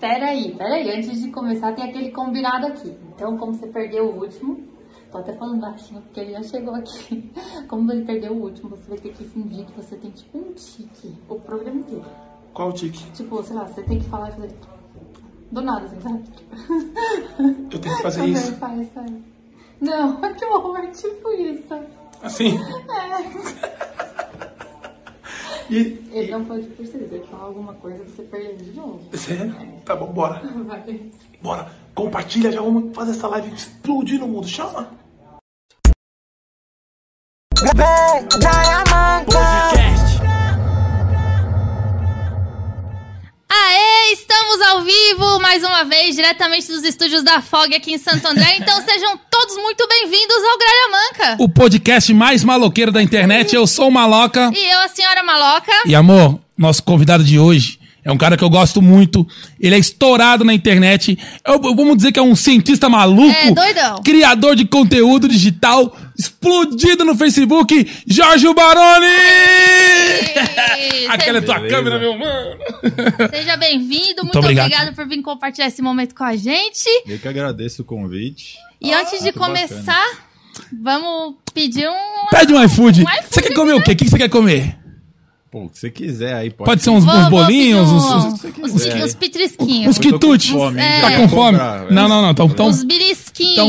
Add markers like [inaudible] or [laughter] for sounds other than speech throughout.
Peraí, peraí, antes de começar tem aquele combinado aqui. Então, como você perdeu o último, tô até falando baixinho porque ele já chegou aqui. [laughs] Como você perdeu o último, você vai ter que fingir que você tem tipo um tique, o programa inteiro. Qual o tique? Tipo, sei lá, você tem que falar e fazer. Do nada, assim, sabe? Eu tenho que fazer É, Também isso. faz, sabe? Não, [laughs] que horror, tipo isso. É. Assim. E. Ele não pode perceber, se ele falar alguma coisa, você perde de novo. Sério? Tá bom, bora. Vai. Bora. Compartilha, já vamos fazer essa live explodir no mundo. Chama! Vem, Diamantão. Aê, estamos ao vivo mais uma vez, diretamente dos estúdios da FOG aqui em Santo [laughs] André. Então sejam todos muito bem-vindos ao Gralha Manca. O podcast mais maloqueiro da internet. Eu sou o Maloca. E eu, a senhora Maloca. E amor, nosso convidado de hoje é um cara que eu gosto muito. Ele é estourado na internet. Eu- eu- vamos dizer que é um cientista maluco. É, doidão. Criador de conteúdo digital. Explodido no Facebook. Jorge [laughs] Baroni! E Aquela é tua Beleza. câmera, meu mano. se- Seja bem-vindo, muito obrigado. obrigado por vir compartilhar esse momento com a gente. Eu que agradeço o convite. E Ah, antes de muito bacana. começar, vamos pedir um. Pede um iFood. Um iFood Você quer comer o quê? O que você quer comer? Pô, o que você quiser aí, pode, Pode ser um uns, Vou- uns vou bolinhos, pedir uns, um- Os, uns, quiser pi- aí. os pitrisquinhos. uns Eu tô com quitutes. fome, né? hein, Tá já com ia fome? comprar, velho. Não, não, não. Então, então Os birisquinhos.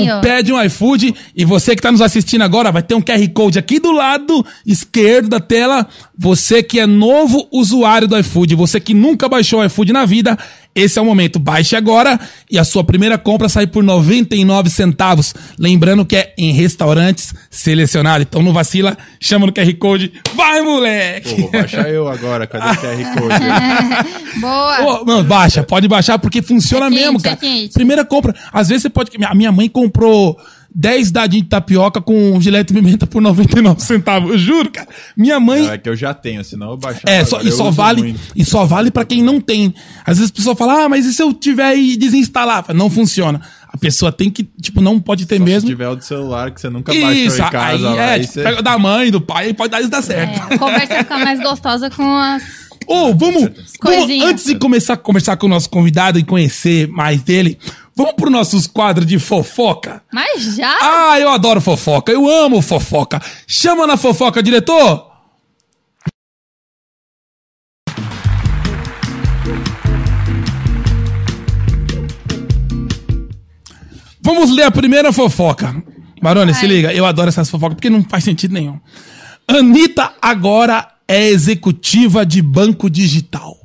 Então pede um iFood e você que tá nos assistindo agora vai ter um QR Code aqui do lado esquerdo da tela. Você que é novo usuário do iFood, você que nunca baixou o iFood na vida, esse é o momento. Baixe agora e a sua primeira compra sai por 99 centavos. Lembrando que é em restaurantes selecionados. Então não vacila, chama no QR Code. Vai, moleque! Pô, vou baixar eu agora, cadê o QR [laughs] Code? Boa. Ô, não, baixa, pode baixar, porque funciona É quente, mesmo, é cara. quente. Primeira compra. Às vezes você pode. A minha mãe comprou 10 dadinhos de tapioca com gilete e pimenta por 99 centavos. Eu juro, cara. Minha Não, é mãe. que eu já tenho, senão eu baixar. É, só, agora, e, eu só uso vale, muito. e só vale pra quem não tem. Às vezes a pessoa fala, ah, mas e se eu tiver e desinstalar? Fala, Não funciona. A pessoa tem que, tipo, não pode ter Só Se mesmo. tiver o do celular que você nunca baixou Isso, em casa, aí lá, é, aí tipo, você- pega da mãe, do pai, aí pode dar isso dar certo. É, a conversa fica mais gostosa com as. Ô, vamos, vamos. Coisinha. Antes de começar a conversar com o nosso convidado e conhecer mais dele, vamos pro nossos quadros de fofoca. Mas já? Ah, eu adoro fofoca, eu amo fofoca. Chama na fofoca, diretor! Vamos ler a primeira fofoca. Marone, se liga, eu adoro essas fofocas porque não faz sentido nenhum. Anitta agora é executiva de banco digital.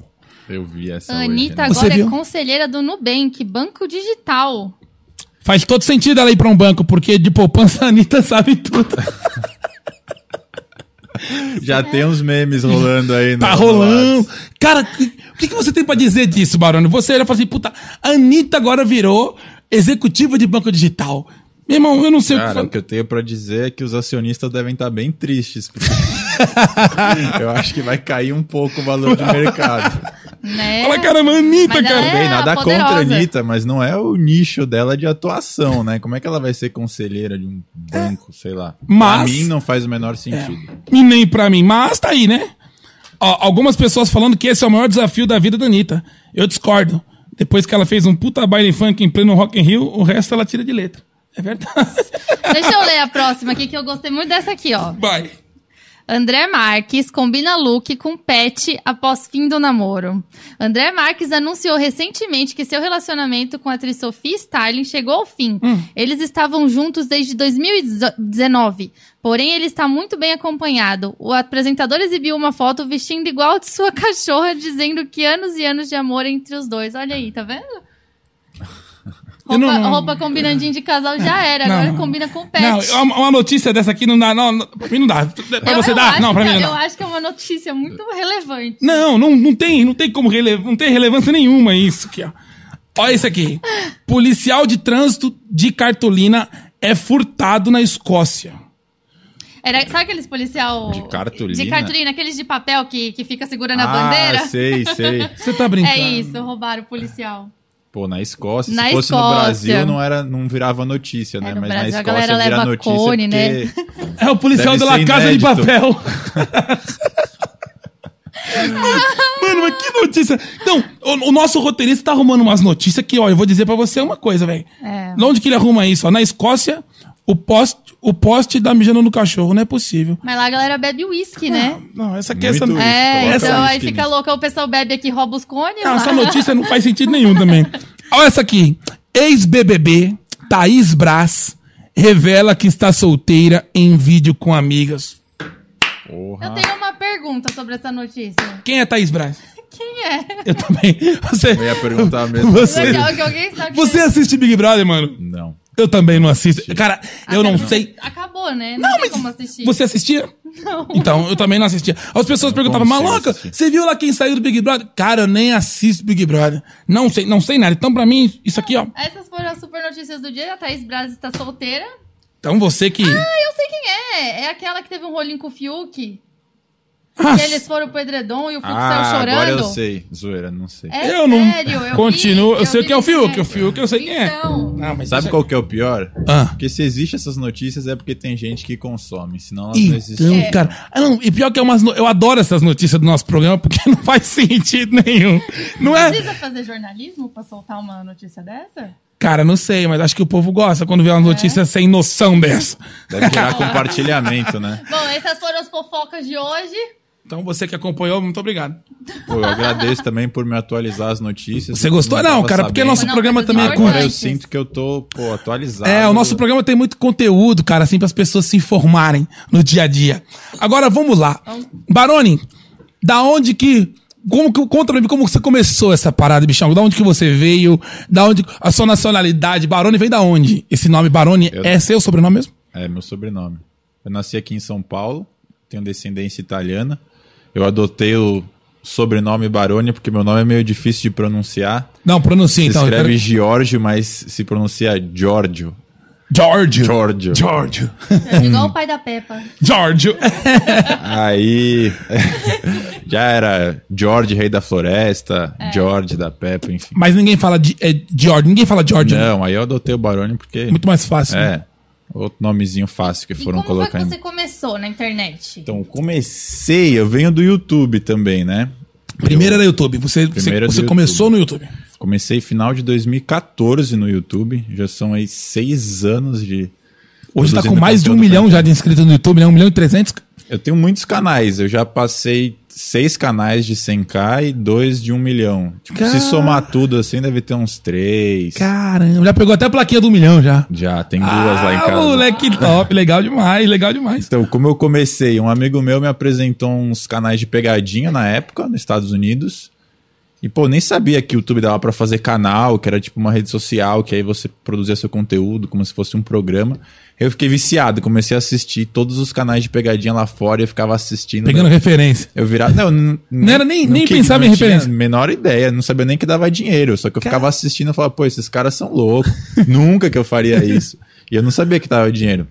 Eu vi essa hoje, Anitta né? Você agora é viu? conselheira do Nubank, Banco Digital. Faz todo sentido ela ir pra um banco, porque de poupança a Anitta sabe tudo. Já tem uns memes rolando aí. no- Tá no rolando. WhatsApp. Cara, o que, que você tem pra dizer disso, Barone? Você olha e fala assim, puta, a Anitta agora virou executiva de banco digital. Meu irmão, eu não sei Cara, o o que que eu tenho pra dizer é que os acionistas devem estar bem [laughs] tristes. porque- eu acho que vai cair um pouco o [laughs] valor de mercado. [laughs] Né? Fala, caramba, Anitta, Mas ela cara. é- Bem, nada poderosa. contra a Anitta, mas não é o nicho dela de atuação, né? Como é que ela vai ser conselheira de um banco, sei lá. Pra Mas- É. mim não faz o menor sentido. E nem pra mim, mas tá aí, né? Ó, algumas pessoas falando que esse é o maior desafio da vida da Anitta. Eu discordo. Depois que ela fez um puta baile funk em pleno Rock in Rio, o resto ela tira de letra. É verdade. [laughs] Deixa eu ler a próxima aqui, que eu gostei muito dessa aqui, ó. Vai. André Marques combina look com pet após fim do namoro. André Marques anunciou recentemente que seu relacionamento com a atriz Sophie Starling chegou ao fim. Hum. Eles estavam juntos desde 2019, porém ele está muito bem acompanhado. O apresentador exibiu uma foto vestindo igual a de sua [laughs] cachorra, dizendo que anos e anos de amor entre os dois. Olha aí, tá vendo? Eu Roupa, não- não- roupa combinandinho de casal já era, Não, agora não. combina com pet. Não, uma, uma notícia dessa aqui não dá. Não, não, pra mim não dá. Pra Eu- você eu dá? acho Não, pra que- mim não dá. Eu acho que é uma notícia muito relevante. Não, não, não tem, não tem como rele- não tem relevância nenhuma isso aqui, ó. Olha isso aqui. Policial de trânsito de cartolina é furtado na Escócia. Era, sabe aqueles policial... De cartolina? De cartolina, aqueles de papel que, que fica segurando a bandeira. Ah, sei, sei. Você tá Ah, brincando? É isso, roubaram o policial. Pô, na Escócia, Na se fosse Escócia. no Brasil não era, não virava notícia, né? É, no Mas Brasil a na Escócia galera vira leva notícia cone, né? porque É o policial Deve [laughs] da La ser Casa de inédito. Papel. Mano, mas que notícia. Então, o, o nosso roteirista tá arrumando umas notícias que, ó, eu vou dizer pra você uma coisa, velho. É. Onde que ele arruma isso? Ó, na Escócia, o poste, o poste dá mijando no cachorro, não é possível. Mas lá a galera bebe uísque, né? Não, essa questão. Muito essa, É, Coloca então aí uísque fica nisso. louco. Aí O pessoal bebe aqui, rouba os cones. não, lá. essa notícia não faz sentido nenhum também. Olha essa aqui. Ex-BBB, Thaís Brás, revela que está solteira em vídeo com amigas. Eu Porra. tenho uma pergunta sobre essa notícia. Quem é Thaís Brás? Quem é? Eu também. Você, Eu ia perguntar mesmo. Você, Legal que alguém sabe. você quem é. assiste Big Brother, mano? Não. Eu também não assisto. Cara, é- eu Ah, não Acabou- sei. Acabou, né? Não, tem como assistir. Você assistia? Não. Então, eu também não assistia. As pessoas perguntavam, consigo maloca, assistir." você viu lá quem saiu do Big Brother? Cara, eu nem assisto Big Brother. Não sei, não sei nada. Então, pra mim, isso aqui, ó. Essas foram as super notícias do dia. A Thaís Braz está solteira. Então você que. Ah, eu sei quem é. É aquela que teve um rolinho com o Fiuk. Ah, Que eles foram pro edredom e o Fiuk saiu Ah, chorando. agora eu sei. Zoeira, não sei. É Eu não- sério, eu Continuo- eu sei vi quem é o Fiuk, é. o Fiuk eu sei quem é. Então, Ah, mas Sabe isso- qual que é o pior? Ah. Porque se existe essas notícias é porque tem gente que consome, senão elas não Então, existem. cara. Ah, não, e pior que é umas. no- Eu adoro essas notícias do nosso programa porque [laughs] não faz sentido nenhum. Não é? precisa fazer jornalismo pra soltar uma notícia dessa? Cara, não sei, mas acho que o povo gosta quando vê uma notícia sem noção dessa. Deve gerar compartilhamento, né? Bom, essas foram as fofocas de hoje. Então você que acompanhou, muito obrigado. Pô, eu agradeço também por me atualizar as notícias. Você gostou? Não, tava cara, porque sabendo. nosso Não, programa mas também é não, curto. Agora eu Antes. sinto que eu tô, pô, atualizado. É, o nosso programa tem muito conteúdo, cara, assim, para as pessoas se informarem no dia a dia. Agora vamos lá. Baroni, da onde que. Como que, conta pra mim como que você começou essa parada, bichão? Da onde que você veio? Da onde. A sua nacionalidade, Baroni, vem da onde? Esse nome Baroni Eu- é seu sobrenome mesmo? É, meu sobrenome. Eu nasci aqui em São Paulo, tenho descendência italiana. Eu adotei o sobrenome Baroni porque meu nome é meio difícil de pronunciar. Não, pronuncia Se então. eu escreve quero- Giorgio, mas se pronuncia Giorgio. Giorgio. Giorgio. Giorgio. [laughs] Igual o pai da Peppa. Giorgio. Aí [laughs] já era George, rei da floresta, George da Peppa, enfim. Mas ninguém fala de, é, Giorgio. Ninguém fala Giorgio. né? Não, aí eu adotei o Baroni porque Muito mais fácil. né? é outro nomezinho fácil que E foram como foi que colocando. você começou na internet? Então, comecei, eu venho do YouTube também, né? Primeiro era YouTube. Você, você, Primeiro do você YouTube. começou no YouTube. Comecei final de 2014 no YouTube, já são aí seis anos de. Hoje tá com produzindo mais de um conteúdo milhão já de inscritos no YouTube, né? Um milhão e trezentos. Eu tenho muitos canais. Eu já passei seis canais de 100k e dois de um milhão. Tipo, Cara- se somar tudo assim, deve ter uns três. Caramba, já pegou até a plaquinha do milhão já. Ah, Já, tem duas lá em casa. moleque top, legal demais, legal demais. Então, como eu comecei, um amigo meu me apresentou uns canais de pegadinha na época, nos Estados Unidos. E, pô, nem sabia que o YouTube dava pra fazer canal, que era tipo uma rede social, que aí você produzia seu conteúdo como se fosse um programa. Eu fiquei viciado, comecei a assistir todos os canais de pegadinha lá fora e eu ficava assistindo. Pegando meu- referência. Eu virava. Não, não, era nem- nem que- pensava em não tinha referência. a menor ideia, não sabia nem que dava dinheiro. Só que eu ficava assistindo e falava, pô, esses caras são loucos. Nunca que eu faria isso. E eu não sabia que dava dinheiro.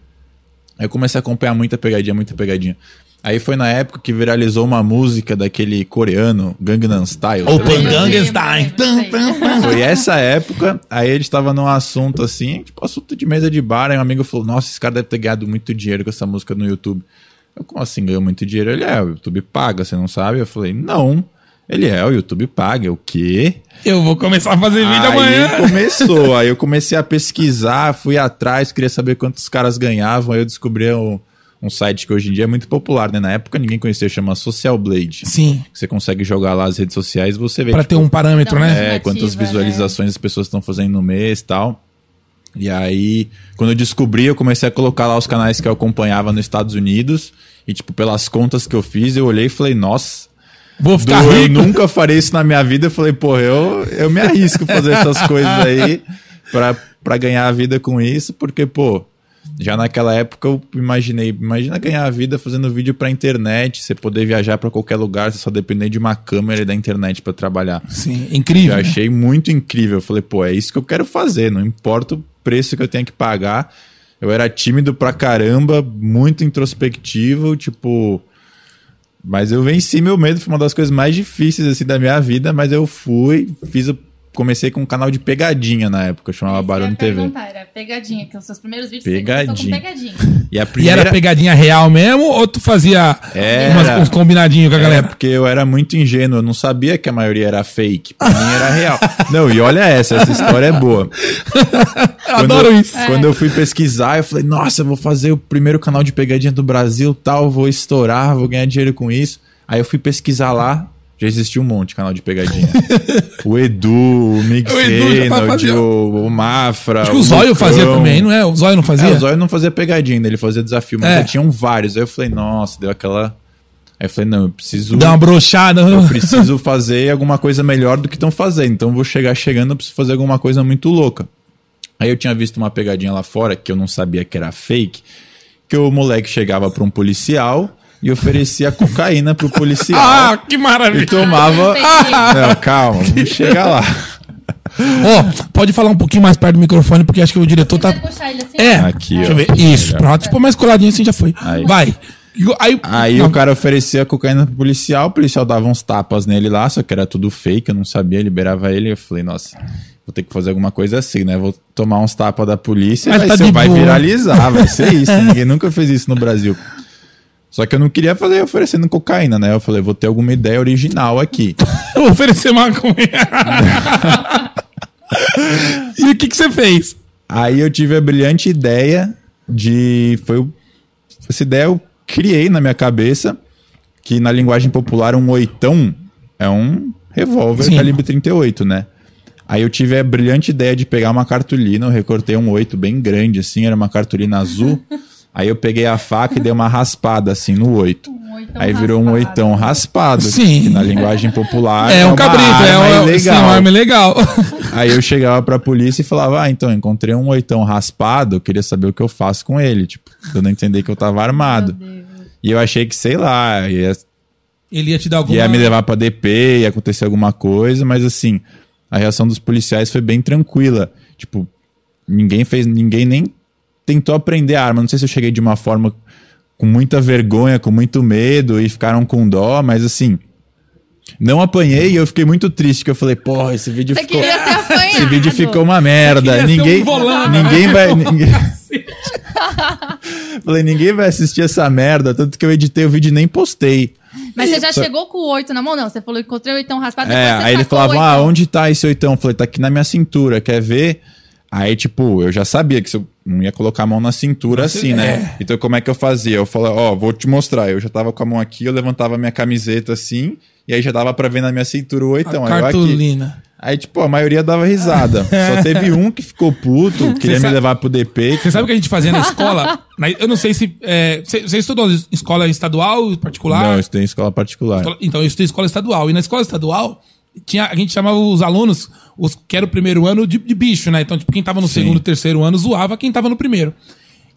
Aí eu comecei a acompanhar muita pegadinha, muita pegadinha. Aí foi na época que viralizou uma música daquele coreano, Gangnam Style. Open eu Gangnam lembro, Style. eu Tum, lembro, tum, tum. [laughs] Foi essa época, aí ele estava num assunto assim, tipo assunto de mesa de bar, aí um amigo falou, nossa, esse cara deve ter ganhado muito dinheiro com essa música no YouTube. Eu, como assim, ganhou muito dinheiro? Ele, é, o YouTube paga, você não sabe? Eu falei, não. Ele, é, o YouTube paga, eu, o quê? Eu vou começar a fazer vídeo amanhã. Aí [laughs] começou, aí eu comecei a pesquisar, fui atrás, queria saber quantos caras ganhavam, aí eu descobri um, um site que hoje em dia é muito popular, né? Na época ninguém conhecia, chama Social Blade. Sim, Você consegue jogar lá as redes sociais, você vê pra tipo, ter um parâmetro, Não, né? é, Alternativa, quantas visualizações as pessoas estão fazendo no mês e tal. E aí, quando eu descobri, eu comecei a colocar lá os canais que eu acompanhava nos Estados Unidos. E, tipo, pelas contas que eu fiz, eu olhei e falei, nossa, Vou ficar Du, eu Tá rico. nunca farei isso na minha vida. Eu falei, porra, eu, eu me arrisco a fazer [laughs] essas coisas aí pra, pra ganhar a vida com isso, porque, pô, já naquela época eu imaginei, imagina ganhar a vida fazendo vídeo pra internet, você poder viajar pra qualquer lugar, você só depender de uma câmera e da internet pra trabalhar. Sim, Eu incrível. né? achei muito incrível. Eu falei, pô, é isso que eu quero fazer, não importa o preço que eu tenha que pagar. Eu era tímido pra caramba, muito introspectivo, tipo. Mas eu venci meu medo, foi uma das coisas mais difíceis assim da minha vida, mas eu fui, fiz o comecei com um canal de pegadinha na época, chamava Barone TV. Era é pegadinha, que os seus primeiros vídeos Pegadinha. você começou com pegadinha. E a E primeira era pegadinha real mesmo ou tu fazia Era. umas- uns combinadinhos com a É galera? porque eu era muito ingênuo, eu não sabia que a maioria era fake. Pra mim era real. Não, e olha essa, essa história é boa. É. Quando Adoro eu- isso. Quando eu fui pesquisar, eu falei, nossa, eu vou fazer o primeiro canal de pegadinha do Brasil, tal, vou estourar, vou ganhar dinheiro com isso. Aí eu fui pesquisar lá, já existia um monte de canal de [laughs] pegadinha. o Edu, o Mix O Edu já tava Reynolds, fazendo. o, o Mafra. Acho que o Zóio Lucão. fazia também, não é? O Zóio não É, fazia? o Zóio não fazia pegadinha, ainda, ele fazia desafio, mas É. já tinham vários. Aí eu falei, nossa, deu aquela. Aí eu falei, não, eu preciso. Dá uma brochada. né? Eu preciso fazer alguma coisa melhor do que estão fazendo. Então eu vou chegar chegando, eu preciso fazer alguma coisa muito louca. Aí eu tinha visto uma pegadinha lá fora que eu não sabia que era fake, que o moleque chegava pra um policial e oferecia cocaína pro policial. Ah, que maravilha. e tomava. Ah, Não, calma, vamos chegar lá. Ó, pode falar um pouquinho mais perto do microfone, porque acho que o diretor tá. Você vai puxar ele assim? É, Aqui, deixa ó. eu ver. Isso, Melhor. pronto. Pô, mais coladinho assim já foi. Aí. Vai. E o- Aí, Aí Não, o cara oferecia cocaína pro policial, o policial dava uns tapas nele lá, só que era tudo fake, eu não sabia, liberava ele. Eu falei, nossa, vou ter que fazer alguma coisa assim, né? Vou tomar uns tapas da polícia, Mas vai, tá ser- de vai boa. viralizar, vai ser [laughs] isso. Ninguém nunca fez isso no Brasil. Só que eu não queria fazer oferecendo cocaína, né? Eu falei, vou ter alguma ideia original aqui. [laughs] eu vou oferecer maconha. [laughs] e o que, que você fez? Aí eu tive a brilhante ideia de. Foi o- essa ideia eu criei na minha cabeça que na linguagem popular um oitão é um revólver Sim. calibre 38, né? Aí eu tive a brilhante ideia de pegar uma cartolina, eu recortei um oito bem grande, assim, era uma [laughs] cartolina azul. Aí eu peguei a faca e dei uma raspada, assim, no oito. Um oitão Aí virou um raspado. oitão raspado. Sim. que na linguagem popular. é um uma cabrito, é arma um, ilegal. sim, uma arma legal. Aí eu chegava pra polícia e falava: Ah, então, encontrei um oitão raspado, eu queria saber o que eu faço com ele. Tipo, dando a entender que eu tava armado. E eu achei que, sei lá, ia, [laughs] Ele ia te dar alguma. ia é me levar pra DP, ia acontecer alguma coisa, mas assim, a reação dos policiais foi bem tranquila. Tipo, ninguém fez, ninguém nem tentou aprender a arma. Não sei se eu cheguei de uma forma com muita vergonha, com muito medo e ficaram com dó, mas assim. Não apanhei e eu fiquei muito triste, que eu falei, porra, esse vídeo Você ficou. queria ter apanhado. Esse vídeo ficou uma merda. Eu queria ser Ninguém, um volante, ninguém [laughs] vai. Ninguém... [laughs] Falei, ninguém vai assistir essa merda. Tanto que eu editei o vídeo e nem postei. Mas você já chegou com o oito na mão? Não, você falou que encontrei o oitão raspado. É, depois você então?" aí ele sacou o falava, ah, oitão. onde tá esse oitão? Eu falei, tá aqui na minha cintura, quer ver? Aí, tipo, eu já sabia que se eu não ia colocar a mão na cintura assim, né? Então, como é que eu fazia? Eu falava, ó, vou te mostrar. Eu já tava com a mão aqui, eu levantava a minha camiseta assim, e aí já dava pra ver na minha cintura o oitão. Aí eu aqui. cartolina. Aí, tipo, a maioria dava [laughs] risada. Só teve um que ficou puto, queria Você sa- me levar pro tipo, DP. Você sabe o que a gente fazia na escola? Na- eu não sei se. é, você, você estudou em escola estadual, Não, particular? eu estudei em escola particular. Escola- Então, eu estudei escola estadual. E na escola estadual, tinha, a gente chamava os alunos, os que era o primeiro ano, de, de bicho, né? Então, tipo, quem tava no segundo, terceiro ano zoava quem tava no primeiro.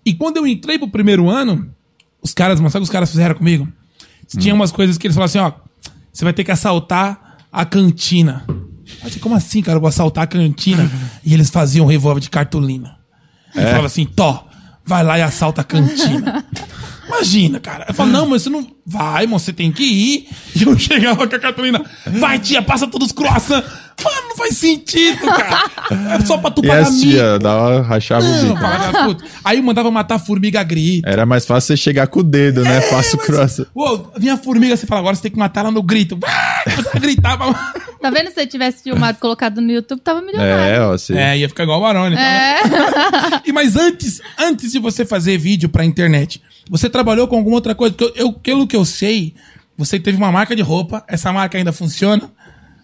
E quando eu entrei pro primeiro ano, os caras, mas sabe o que os caras fizeram comigo? Tinha umas coisas que eles falavam assim, ó, você vai ter que assaltar a cantina. Eu falei, como assim, cara? Eu vou assaltar a cantina? E eles faziam revólver de cartolina. Eu É. falava assim, Tó, vai lá e assalta a [laughs] cantina. Imagina, cara. Eu falo, não, mas você não. Vai, moço, você tem que ir. E eu chegava com a Catarina. Vai, tia, passa todos os croissants. Mano, não faz sentido, cara. É só pra tu E assim, pagar as mico. tia, dava, rachava o Não, bico. pagar puto. Aí eu mandava matar a formiga grita. Era mais fácil você chegar com o dedo, É, né? Faço cross. Uou, vinha a formiga, você fala, agora você tem que matar ela no grito. Vai, Você gritava. Tá vendo? Se você tivesse filmado e colocado no YouTube, tava milionário. É, ó, você... É, ia ficar igual o Barone. É. E, mas antes, antes de você fazer vídeo pra internet, você trabalhou com alguma outra coisa? Porque eu, eu- pelo que eu sei, você teve uma marca de roupa, essa marca ainda funciona.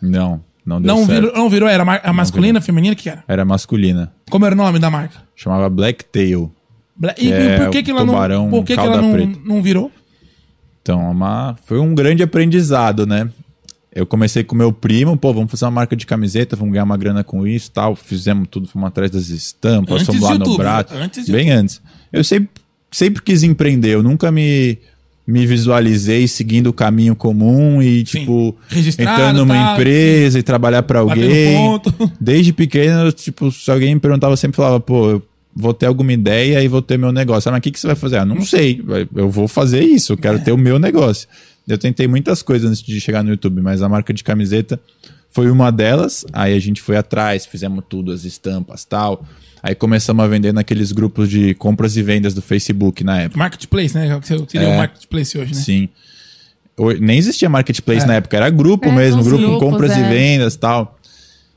Não, não deu Não certo. virou, não virou, era mar- a masculina, a feminina, que era? Era masculina. Como era o nome da marca? Chamava Blacktail. Bla- E, É, e por que, que ela tubarão, não, por que que cauda ela não, preta. não virou? Então, é uma... foi um grande aprendizado, né? Eu comecei com meu primo, pô, vamos fazer uma marca de camiseta, vamos ganhar uma grana com isso e tal. Fizemos tudo, fomos atrás das estampas, Antes fomos do lá no YouTube, braço. né? Antes do bem antes. Eu sempre, sempre quis empreender, eu nunca me, me visualizei seguindo o caminho comum e, Sim. tipo, Registrado, entrando numa tal, empresa e trabalhar pra Batendo alguém. ponto. Desde pequeno, eu, tipo, se alguém me perguntava, eu sempre falava, pô, eu vou ter alguma ideia e vou ter meu negócio. Ah, mas o que, que você vai fazer? Ah, não sei, vai- eu vou fazer isso, eu quero ter o meu negócio. Eu tentei muitas coisas antes de chegar no YouTube, mas a marca de camiseta foi uma delas. Aí a gente foi atrás, fizemos tudo, as estampas tal. Aí começamos a vender naqueles grupos de compras e vendas do Facebook na época. Marketplace, né? Eu teria o marketplace hoje, né? É. Sim. Oi- Nem existia marketplace É. na época, era grupo É, mesmo, uns grupo grupos, compras é. e vendas tal.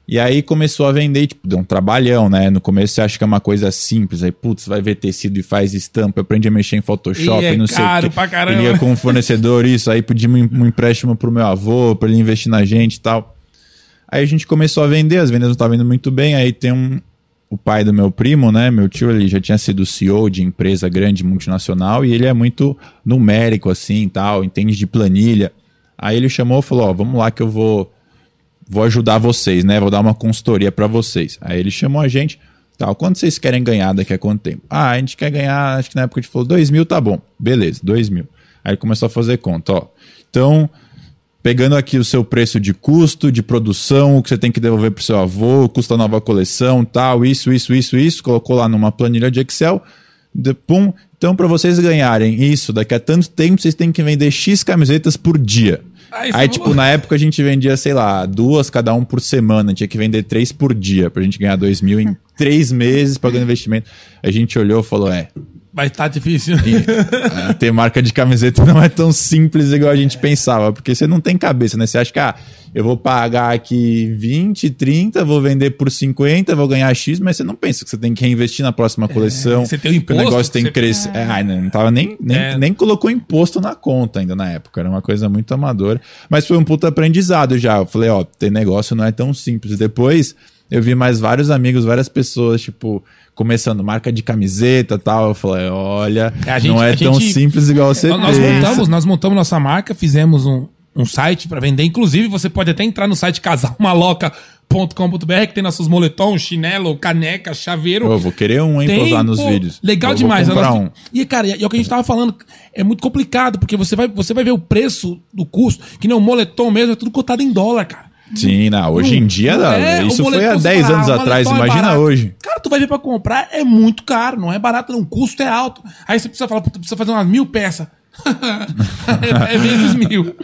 E aí começou a vender, e, tipo, deu um trabalhão, né? No começo você acha que é uma coisa simples, aí, putz, vai ver tecido e faz estampa, aprende a mexer em Photoshop, E é não sei caro o quê. pra caramba, Liga né? com o fornecedor, isso, aí pedimos um empréstimo pro meu avô, pra ele investir na gente e tal. Aí a gente começou a vender, as vendas não estavam indo muito bem, aí tem um... O pai do meu primo, né? Meu tio, ele já tinha sido CEO de empresa grande, multinacional, e ele é muito numérico, assim, tal, entende de planilha. Aí ele chamou e falou, ó, vamos lá que eu vou vou ajudar vocês, né? Vou dar uma consultoria pra vocês. Aí ele chamou a gente, tal, quanto vocês querem ganhar daqui a quanto tempo? Ah, a gente quer ganhar, acho que na época a gente falou, dois mil tá bom. Beleza, dois mil. Aí ele começou a fazer conta, ó. Então, pegando aqui o seu preço de custo, de produção, o que você tem que devolver pro seu avô, o custo da nova coleção, tal, isso, isso, isso, isso, colocou lá numa planilha de Excel, de, pum. Então, pra vocês ganharem isso, daqui a tanto tempo, vocês têm que vender X camisetas por dia. Ah, isso é Aí, tipo, bom. na época a gente vendia, sei lá, duas cada um por semana. Tinha que vender três por dia pra gente ganhar dois mil em três meses pagando investimento. A gente olhou e falou: é, Vai estar tá difícil. [laughs] ah, ter marca de camiseta não é tão simples igual a É. gente pensava, porque você não tem cabeça, né? Você acha que, ah, eu vou pagar aqui 20, 30, vou vender por 50, vou ganhar X, mas você não pensa que você tem que reinvestir na próxima coleção. É, você tem o que imposto, negócio tem que você- crescer. É, ai, não, não tava nem, nem, É. nem colocou imposto na conta ainda na época, era uma coisa muito amadora. Mas foi um puta aprendizado já. Eu falei, ó, ter negócio não é tão simples. Depois. Eu vi mais vários amigos, várias pessoas, tipo, começando marca de camiseta e tal. Eu falei, olha, A gente- não é a tão gente- simples igual você Nós- Então, nós pensa. montamos, nós montamos nossa marca, fizemos um, um site pra vender. Inclusive, você pode até entrar no site casalmaloca.com.br que tem nossos moletons, chinelo, caneca, chaveiro. Eu vou querer um, hein, pra usar nos pô, vídeos. Legal Eu vou demais. comprar Nós- um. E, cara, e é o que a gente tava falando, é muito complicado, porque você vai, você vai ver o preço do custo, que nem o moletom mesmo, é tudo cotado em dólar, cara. Sim, não, hoje em Um dia, Não não, é, isso o foi moletom, há você 10 fala, anos ah, o atrás, moletom é imagina barato. hoje. Cara, tu vai ver pra comprar, é muito caro, não é barato não, o custo é alto. Aí você precisa falar, puta, precisa fazer umas mil peças. [laughs] é, é vezes mil.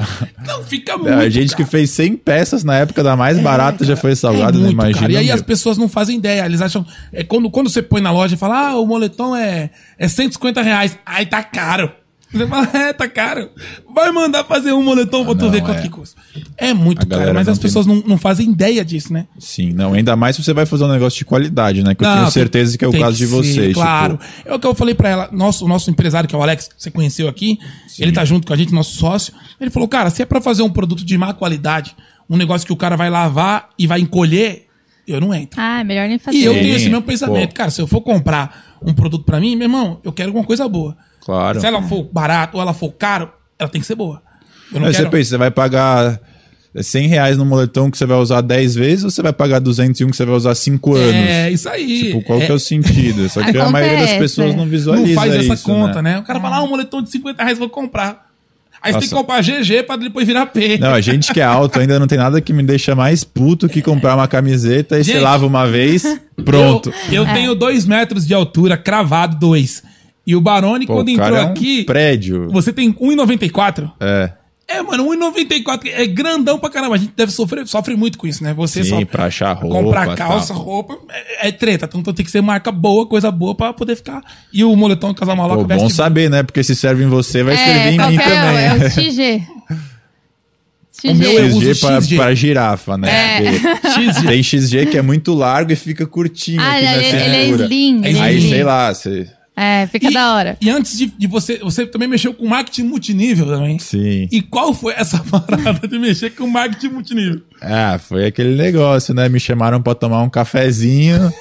Não, fica muito É, a gente caro. que fez 100 peças na época da mais barata já foi salgada, É não muito, cara. né? imagina. E aí meu. as pessoas não fazem ideia. Eles acham. É, quando, quando você põe na loja e fala, ah, o moletom é, é 150 reais. Ai, tá caro. Você fala, é, tá caro. Vai mandar fazer um moletom pra tu não, ver quanto é. que custa. É muito A caro, galera mas não as tem- pessoas não, não fazem ideia disso, né? Sim, não, ainda mais se você vai fazer um negócio de qualidade, né? Que eu Não, tenho tem- certeza que é o tem caso de ser, vocês. Claro. tipo, É o que eu falei pra ela. Nosso, o nosso empresário, que é o Alex, que você conheceu aqui, ele tá junto com a gente, nosso sócio. Ele falou, cara, se é pra fazer um produto de má qualidade, um negócio que o cara vai lavar e vai encolher, eu não entro. Ah, é melhor nem fazer. E eu Sim, tenho esse mesmo pô. pensamento, cara. Se eu for comprar um produto pra mim, meu irmão, eu quero alguma coisa boa. Claro. Se ela for barato ou ela for caro, ela tem que ser boa. Eu não Aí quero. Você pensa, você vai pagar 100 reais no moletom que você vai usar 10 vezes ou você vai pagar 201 que você vai usar 5 é, anos? isso aí. Tipo, qual que é o sentido? Só A que a conta maioria é das essa, pessoas é. não visualiza Não faz essa isso, conta, né? O cara fala, ah, um moletom de 50 reais, vou comprar. Aí você tem que Nossa. comprar GG pra depois virar P. Não, a gente que é alto ainda não tem nada que me deixa mais puto que comprar uma camiseta e Gente. você lava uma vez, pronto. Eu, eu É. tenho dois metros de altura, cravado dois. E o Barone, Pô, quando o cara entrou é um aqui, prédio. você tem 1,94? É. É, mano, 1,94 é grandão pra caramba. A gente deve sofrer, sofre muito com isso, né? Você Sim, só pra achar roupa, comprar calça, tal. roupa, é, é treta. Então tem que ser marca boa, coisa boa pra poder ficar. E o moletom casal maloca Pô, bom saber, né? Porque se serve em você, vai servir É, em qual mim que é, [laughs] o- é também. o XG. XG. O meu é o- XG uso pra, XG. pra girafa, É. né? [laughs] Porque XG. Tem XG que é muito largo e fica curtinho. Ah, aqui ele, na ele- ele é cintura. slim. É ele é Aí, slim. sei lá, você... É, fica E- da hora. E antes de, de você, você também mexeu com marketing multinível também. Sim. E qual foi essa [laughs] parada de mexer com marketing [laughs] multinível? Ah, foi aquele negócio, né? Me chamaram pra tomar [laughs] um cafezinho.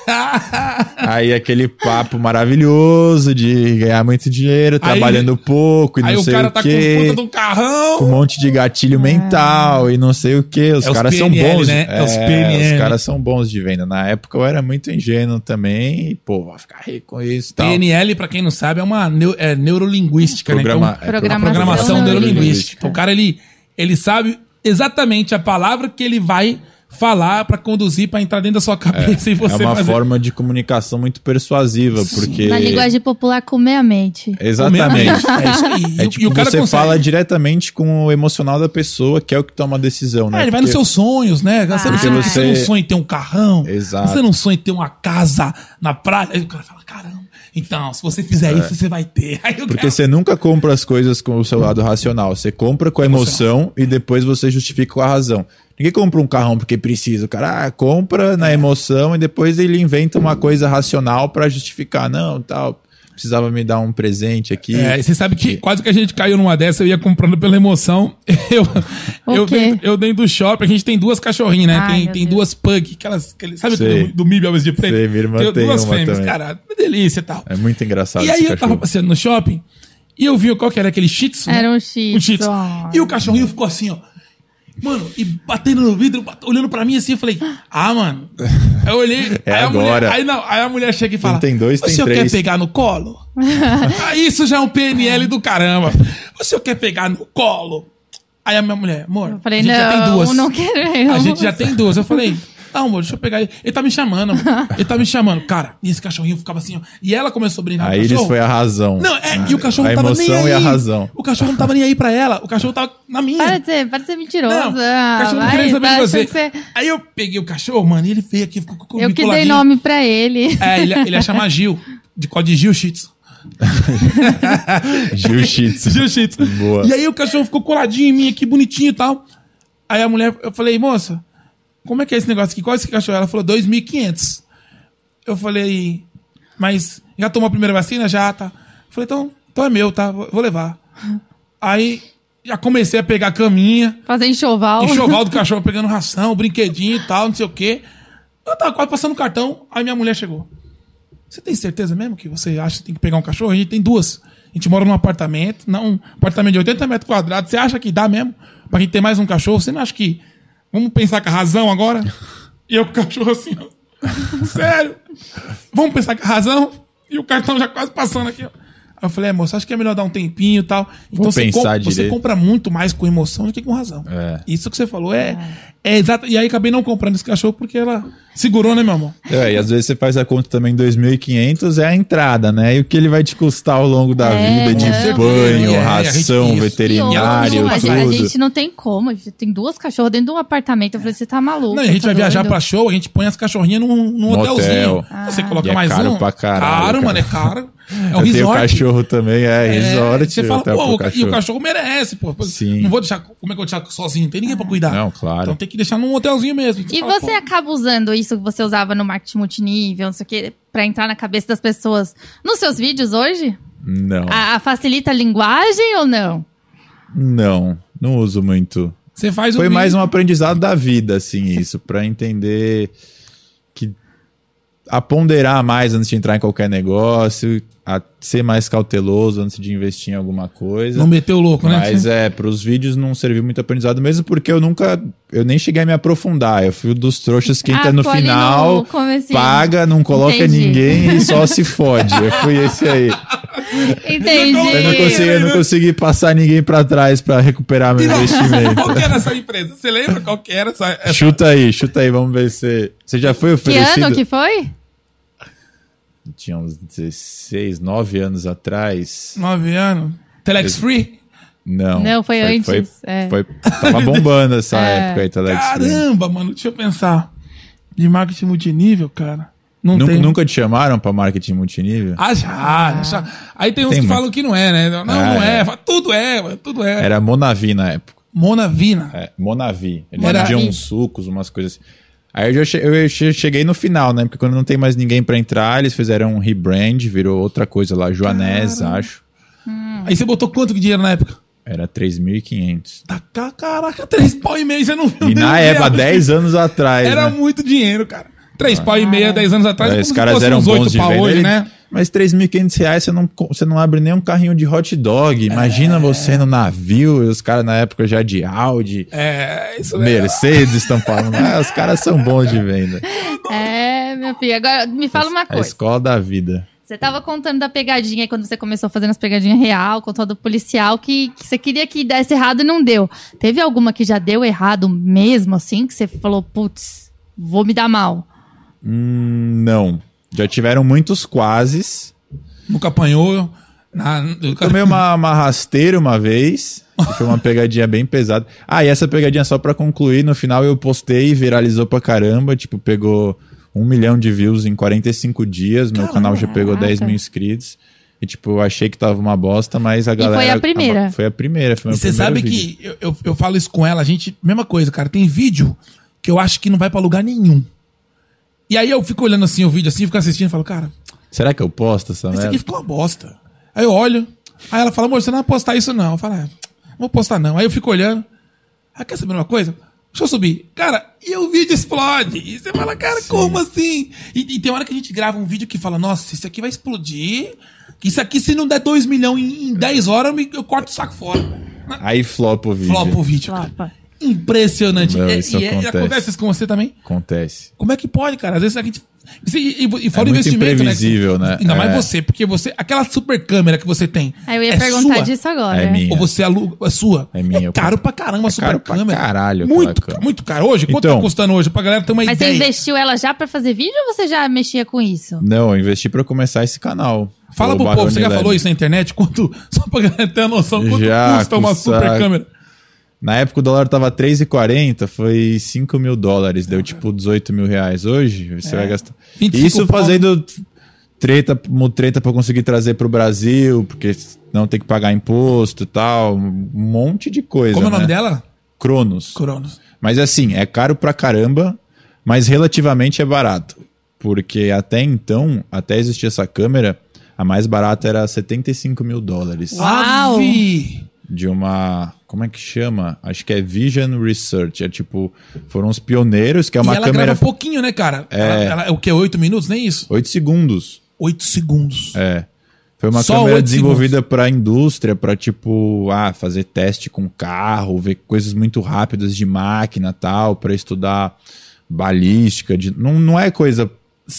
aí aquele papo maravilhoso de ganhar muito dinheiro, trabalhando pouco e Aí não o sei cara o tá quê. com puta de um com um carrão. monte de gatilho mental e não sei o que. Os É os caras são PNL, bons. né? É os PNL. Os caras são bons de venda. Na época eu era muito ingênuo também. E, pô, vou ficar rico com isso e tal. PNL, pra quem não sabe, é uma neu- é neurolinguística, né? Então, Programa- é, Programação pro- programação Programação neurolinguística. Então, o cara ele, ele sabe exatamente a palavra que ele vai falar, pra conduzir, pra entrar dentro da sua cabeça e É você uma fazer. forma de comunicação muito persuasiva, porque. Na linguagem popular, comer a mente. Exatamente. É isso aí. E, É o- tipo, e o cara você consegue. fala diretamente com o emocional da pessoa, que é o que toma a decisão, né? É, ele vai Porque- nos seus sonhos, né? Você, não, Porque sonha, você- você não sonha em ter um carrão. Exato. Você não sonha em ter uma casa na praia. Aí o cara fala, caramba, então, se você fizer isso, você vai ter. [laughs] Aí o É. Porque cara- você nunca compra as coisas com o seu lado racional. Você compra com a emoção e depois você justifica com a razão. Ninguém compra um carrão porque precisa. O cara ah, compra É. na emoção e depois ele inventa uma coisa racional pra justificar. Não, tal, precisava me dar um presente aqui. É, e você sabe que quase que a gente caiu numa dessa, eu ia comprando pela emoção. [laughs] Eu, O eu, quê? dentro, eu dentro do shopping, a gente tem duas cachorrinhas, né? Ai, tem meu tem Deus. duas pug, aquelas, aquelas- sabe Sei. do, do milho Alves de preto? Sei, minha irmã tem duas uma fêmeas, também. cara, uma delícia e tal. É muito engraçado E aí esse eu tava assim, cachorro. passeando no shopping e eu vi qual que era aquele shih tzu, né? Era um shih Um shih tzu. tzu. E o cachorrinho ficou assim, ó. Mano, e batendo no vidro, bat- olhando pra mim assim, eu falei, ah, mano. Aí eu olhei. [laughs] É aí a mulher- agora. Um aí, não, aí a mulher chega e fala: tem dois, O tem senhor quer três." pegar no [laughs] colo? Ah, Isso já é um PNL do caramba. O senhor quer pegar no colo? Aí a minha mulher, amor, Eu falei, a gente já tem não, duas. não quero. A gente já tem duas. Eu falei, não, amor, deixa eu pegar ele. Ele tá me chamando, amor. Ele tá me chamando. Cara, e esse cachorrinho ficava assim, ó. E ela começou a brincar Aí com o eles cachorro. foi a razão. Não, é, e o cachorro a não tava emoção nem aí. e a [laughs] razão. O cachorro não tava nem aí pra ela. O cachorro tava na minha. [laughs] Para de ser, para de ser mentiroso. Não, ah, o cachorro não vai, queria saber tá de você. achando que você- Aí eu peguei o cachorro, mano, e ele veio aqui, ficou com Eu me que dei coladinho. nome pra ele. É, ele, ele ia chamar Gil, de código de Gil Shih Tzu. Jiu-jitsu. Gil Shih Tzu. Boa. E aí o cachorro ficou coladinho em mim aqui, bonitinho e tal. Aí a mulher, eu falei, moça, como é que é esse negócio aqui? Qual é esse cachorro? Ela falou, 2.500. Eu falei, mas já tomou a primeira vacina? Já, tá. Eu falei, então, então é meu, tá? Vou vou levar. Aí já comecei a pegar a caminha. Fazer enxoval. Enxoval do cachorro pegando ração, brinquedinho e tal, não sei o quê. Eu tava quase passando o cartão, aí minha mulher chegou. Você tem certeza mesmo que você acha que tem que pegar um cachorro? A gente tem duas. A gente mora num apartamento, não, um apartamento de 80 metros quadrados. Você acha que dá mesmo pra gente ter mais um cachorro? Você não acha que. Vamos pensar com a razão agora? E eu com o cachorro assim, ó. [laughs] Sério? Vamos pensar com a razão? E o cartão já quase passando aqui, ó. Aí eu falei, é, moço, acho que é melhor dar um tempinho e tal. Então você, pensar comp- você direito. compra muito mais com emoção do que com razão. É. Isso que você falou é, é exato. E aí acabei não comprando esse cachorro porque ela segurou, né, meu amor? É, e às vezes você faz a conta também 2.500 é a entrada, né? E o que ele vai te custar ao longo da É, vida de não. banho, É, é ração, isso. veterinário, E outra, tudo. a, gente, a gente não tem como. A gente tem duas cachorras dentro de um apartamento. Eu falei, você tá maluco. Não, e a gente tá vai viajar doido? pra show, a gente põe as cachorrinhas num, num No hotelzinho. hotel. Você Ah. coloca E é mais caro um. pra caralho, caro, cara. mano, é caro. É um Eu tenho resort. cachorro também, é, É, resort. você fala, até pô, pro o ca- e o cachorro merece, pô. Pô, Sim. Ah, Não vou deixar. Como é que eu vou deixar sozinho? Não tem ninguém pra cuidar. Não, claro. Então tem que deixar num hotelzinho mesmo. E fala, você pô, acaba usando isso que você usava no marketing multinível, não sei o quê, pra entrar na cabeça das pessoas nos seus vídeos hoje? Não, A, a facilita a linguagem ou não? não, não uso muito. Você faz Foi vídeo- mais um aprendizado da vida, assim, isso, pra entender que a ponderar mais antes de entrar em qualquer negócio, a ser mais cauteloso antes de investir em alguma coisa. Não meteu o louco, né? Mas é, para os vídeos não serviu muito aprendizado, mesmo porque eu nunca, eu nem cheguei a me aprofundar. Eu fui dos trouxas que Ah, entra no ficou ali no final, comecinho. paga, não coloca Entendi. ninguém e [laughs] só se fode. Eu fui esse aí. Eu não consegui, Entendi. eu não consegui passar ninguém para trás para recuperar meu investimento. Qual que era essa empresa? Você lembra qual que era essa, essa Chuta aí, chuta aí, vamos ver se. Você já foi Que oferecido? ano que foi? Tinha uns 16, 9 anos atrás. Nove anos. Telex Free? Não. Não, foi Foi, antes, é. foi- tava [laughs] bombando essa época aí, Telex. Caramba, mano, deixa eu pensar. De marketing multinível, cara. Não Nunca, tem. nunca te chamaram pra marketing multinível? Ah, já, já. Aí tem uns Tem que muito. falam que não é, né? Não, Ah, não é. é. Fala, Tudo é, mano, tudo é. Era Monavi na época. Monavina. É, Monavi. Ele Monavi. vendia uns sucos, umas coisas assim. Aí eu, já che- eu che- cheguei no final, né? Porque quando não tem mais ninguém pra entrar, eles fizeram um rebrand, virou outra coisa lá, Joanés, acho. Aí você botou quanto de dinheiro na época? Era 3.500. Tá, ca- caraca, três pau e meio, você não viu. E na nem época, real. 10 anos atrás, Era né? muito dinheiro, cara. Três pau e meia, dez anos atrás. Aí como Os se caras fosse eram uns bons oito de pra venda. hoje, ele- né? Mas 3.500 reais, você não, co- você não abre nem um carrinho de hot dog. É. Imagina você no navio, e os caras na época já de Audi, É, isso mesmo. Mercedes estamparam. Ah, os caras são bons de venda. É, meu filho. Agora me fala uma A coisa. escola da vida. Você tava contando da pegadinha aí, quando você começou fazendo as pegadinhas real, contando do policial, que, que você queria que desse errado e não deu. Teve alguma que já deu errado mesmo, assim, que você falou, putz, vou me dar mal? Hum, não. Já tiveram muitos quases. Nunca apanhou. na- nunca- Tomei uma, uma rasteira uma vez. que Foi uma pegadinha bem pesada. Ah, e essa pegadinha só pra concluir, no final eu postei e viralizou pra caramba. Tipo, pegou um milhão de views em 45 dias. Meu canal já pegou Caraca. 10 mil inscritos. E, tipo, eu achei que tava uma bosta, mas a galera. foi a primeira. foi a primeira. Foi E meu Você primeiro sabe vídeo. que eu, eu, eu falo isso com ela, a gente. Mesma coisa, cara. Tem vídeo que eu acho que não vai pra lugar nenhum. E aí eu fico olhando assim o vídeo assim, fico assistindo e falo, cara, Será que eu posto essa isso merda? aqui ficou uma bosta. Aí eu olho, aí ela fala, amor, você não vai postar isso não. Eu falo, ah, não vou postar não. Aí eu fico olhando, ah, quer saber uma coisa? Deixa eu subir. Cara, e o vídeo explode. E você fala, cara, como assim? E, e tem hora que a gente grava um vídeo que fala, nossa, isso aqui vai explodir. Isso aqui, se não der 2 milhões em, em 10 horas, eu, me- eu corto o saco fora. Mas- Aí flopa o vídeo. Flopa o vídeo, cara. Opa. Impressionante. Não, É- isso e é- acontece. acontece isso com você também? Acontece. Como é que pode, cara? Às vezes a gente. E, e- e fora É o muito investimento, imprevisível, né? né? Ainda mais É. você, porque você. Aquela super câmera que você tem. Aí eu ia é perguntar sua? disso agora. É minha. Ou você aluga. É sua? É minha, É eu caro compro. pra caramba a super caro pra câmera. caralho aquela Muito, câmera. muito caro. Hoje? Quanto Então. tá custando hoje? Pra galera ter uma Mas você ideia. investiu ela já pra fazer vídeo ou você já mexia com isso? Não, eu investi pra começar esse canal. Fala O pro povo, Barone você já Lab. falou isso na internet? Quanto. [laughs] Só pra galera ter a noção, quanto Já custa uma custa- super câmera? Na época o dólar tava 3,40, foi 5 mil dólares, deu tipo 18 mil reais. Hoje você É. vai gastar. 25 Isso pau. fazendo treta, mu- treta pra conseguir trazer pro Brasil, porque não tem que pagar imposto e tal, um monte de coisa. Como é o nome né? dela? Cronos. Cronos. Mas assim, é caro pra caramba, mas relativamente é barato. Porque até então, até existir essa câmera, a mais barata era 75 mil dólares Uau! Ave! de uma. Como é que chama? Acho que é Vision Research. É tipo, foram os pioneiros, que é uma e ela câmera. grava pouquinho, né, cara? É. Ela, ela- é o quê? Oito minutos? Nem isso? 8 segundos. Oito segundos. É. Foi uma Só câmera oito desenvolvida pra indústria, pra tipo, ah, fazer teste com carro, ver coisas muito rápidas de máquina tal, pra estudar balística. de- Não, não é coisa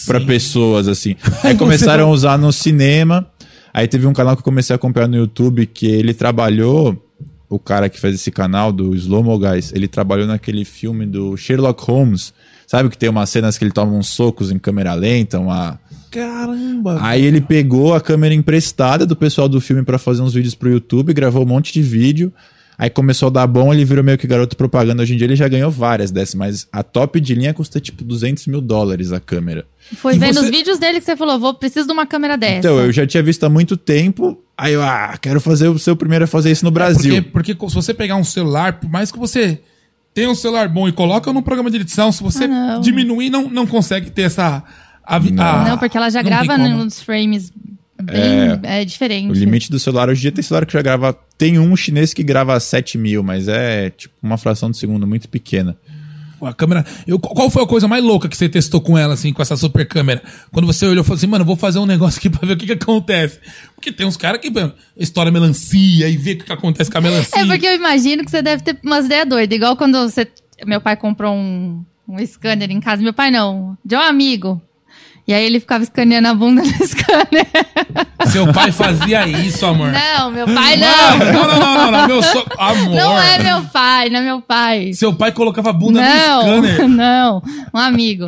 pra pessoas assim. Aí começaram a usar no cinema. Aí teve um canal que eu comecei a acompanhar no YouTube que ele trabalhou. O cara que fez esse canal do Slow Mo Guys, ele trabalhou naquele filme do Sherlock Holmes. Sabe que tem umas cenas que ele toma uns socos em câmera lenta, uma, Caramba! Aí ele pegou a câmera emprestada do pessoal do filme pra fazer uns vídeos pro YouTube, gravou um monte de vídeo. Aí começou a dar bom, ele virou meio que garoto propaganda. Hoje em dia ele já ganhou várias dessas, mas a top de linha custa tipo 200 mil dólares a câmera. Foi E vendo você- os vídeos dele que você falou, vou preciso de uma câmera dessa. Então, eu já tinha visto há muito tempo. Aí eu, ah, quero fazer o seu primeiro a fazer isso no Brasil. Porque, porque se você pegar um celular, por mais que você tenha um celular bom e coloca num programa de edição, se você Ah, não. diminuir, não, não consegue ter essa... A, vi- a- Não, porque ela já não tem grava como. nos frames bem é, diferente. O limite do celular hoje em dia tem celular que já grava. Tem um chinês que grava 7 mil, mas é tipo uma fração de segundo muito pequena. A câmera... Eu, qual foi a coisa mais louca que você testou com ela, assim, com essa super câmera? Quando você olhou e falou assim, mano, eu vou fazer um negócio aqui [laughs] pra ver o que que acontece. Porque tem uns caras que mano, estoura melancia e vê o que que acontece com a melancia. É porque eu imagino que você deve ter umas ideias doidas. Igual quando você. Meu pai comprou um, um scanner em casa. Meu pai não, de um amigo. E aí ele ficava escaneando a bunda [laughs] no scanner. Seu pai fazia isso, amor. Não, meu pai Ah, [laughs] não. não, não, não, não, não, meu [laughs] so... amor. Não é meu pai, não é meu pai. Seu pai colocava a tá bunda no Não, [laughs] scanner. não, um amigo.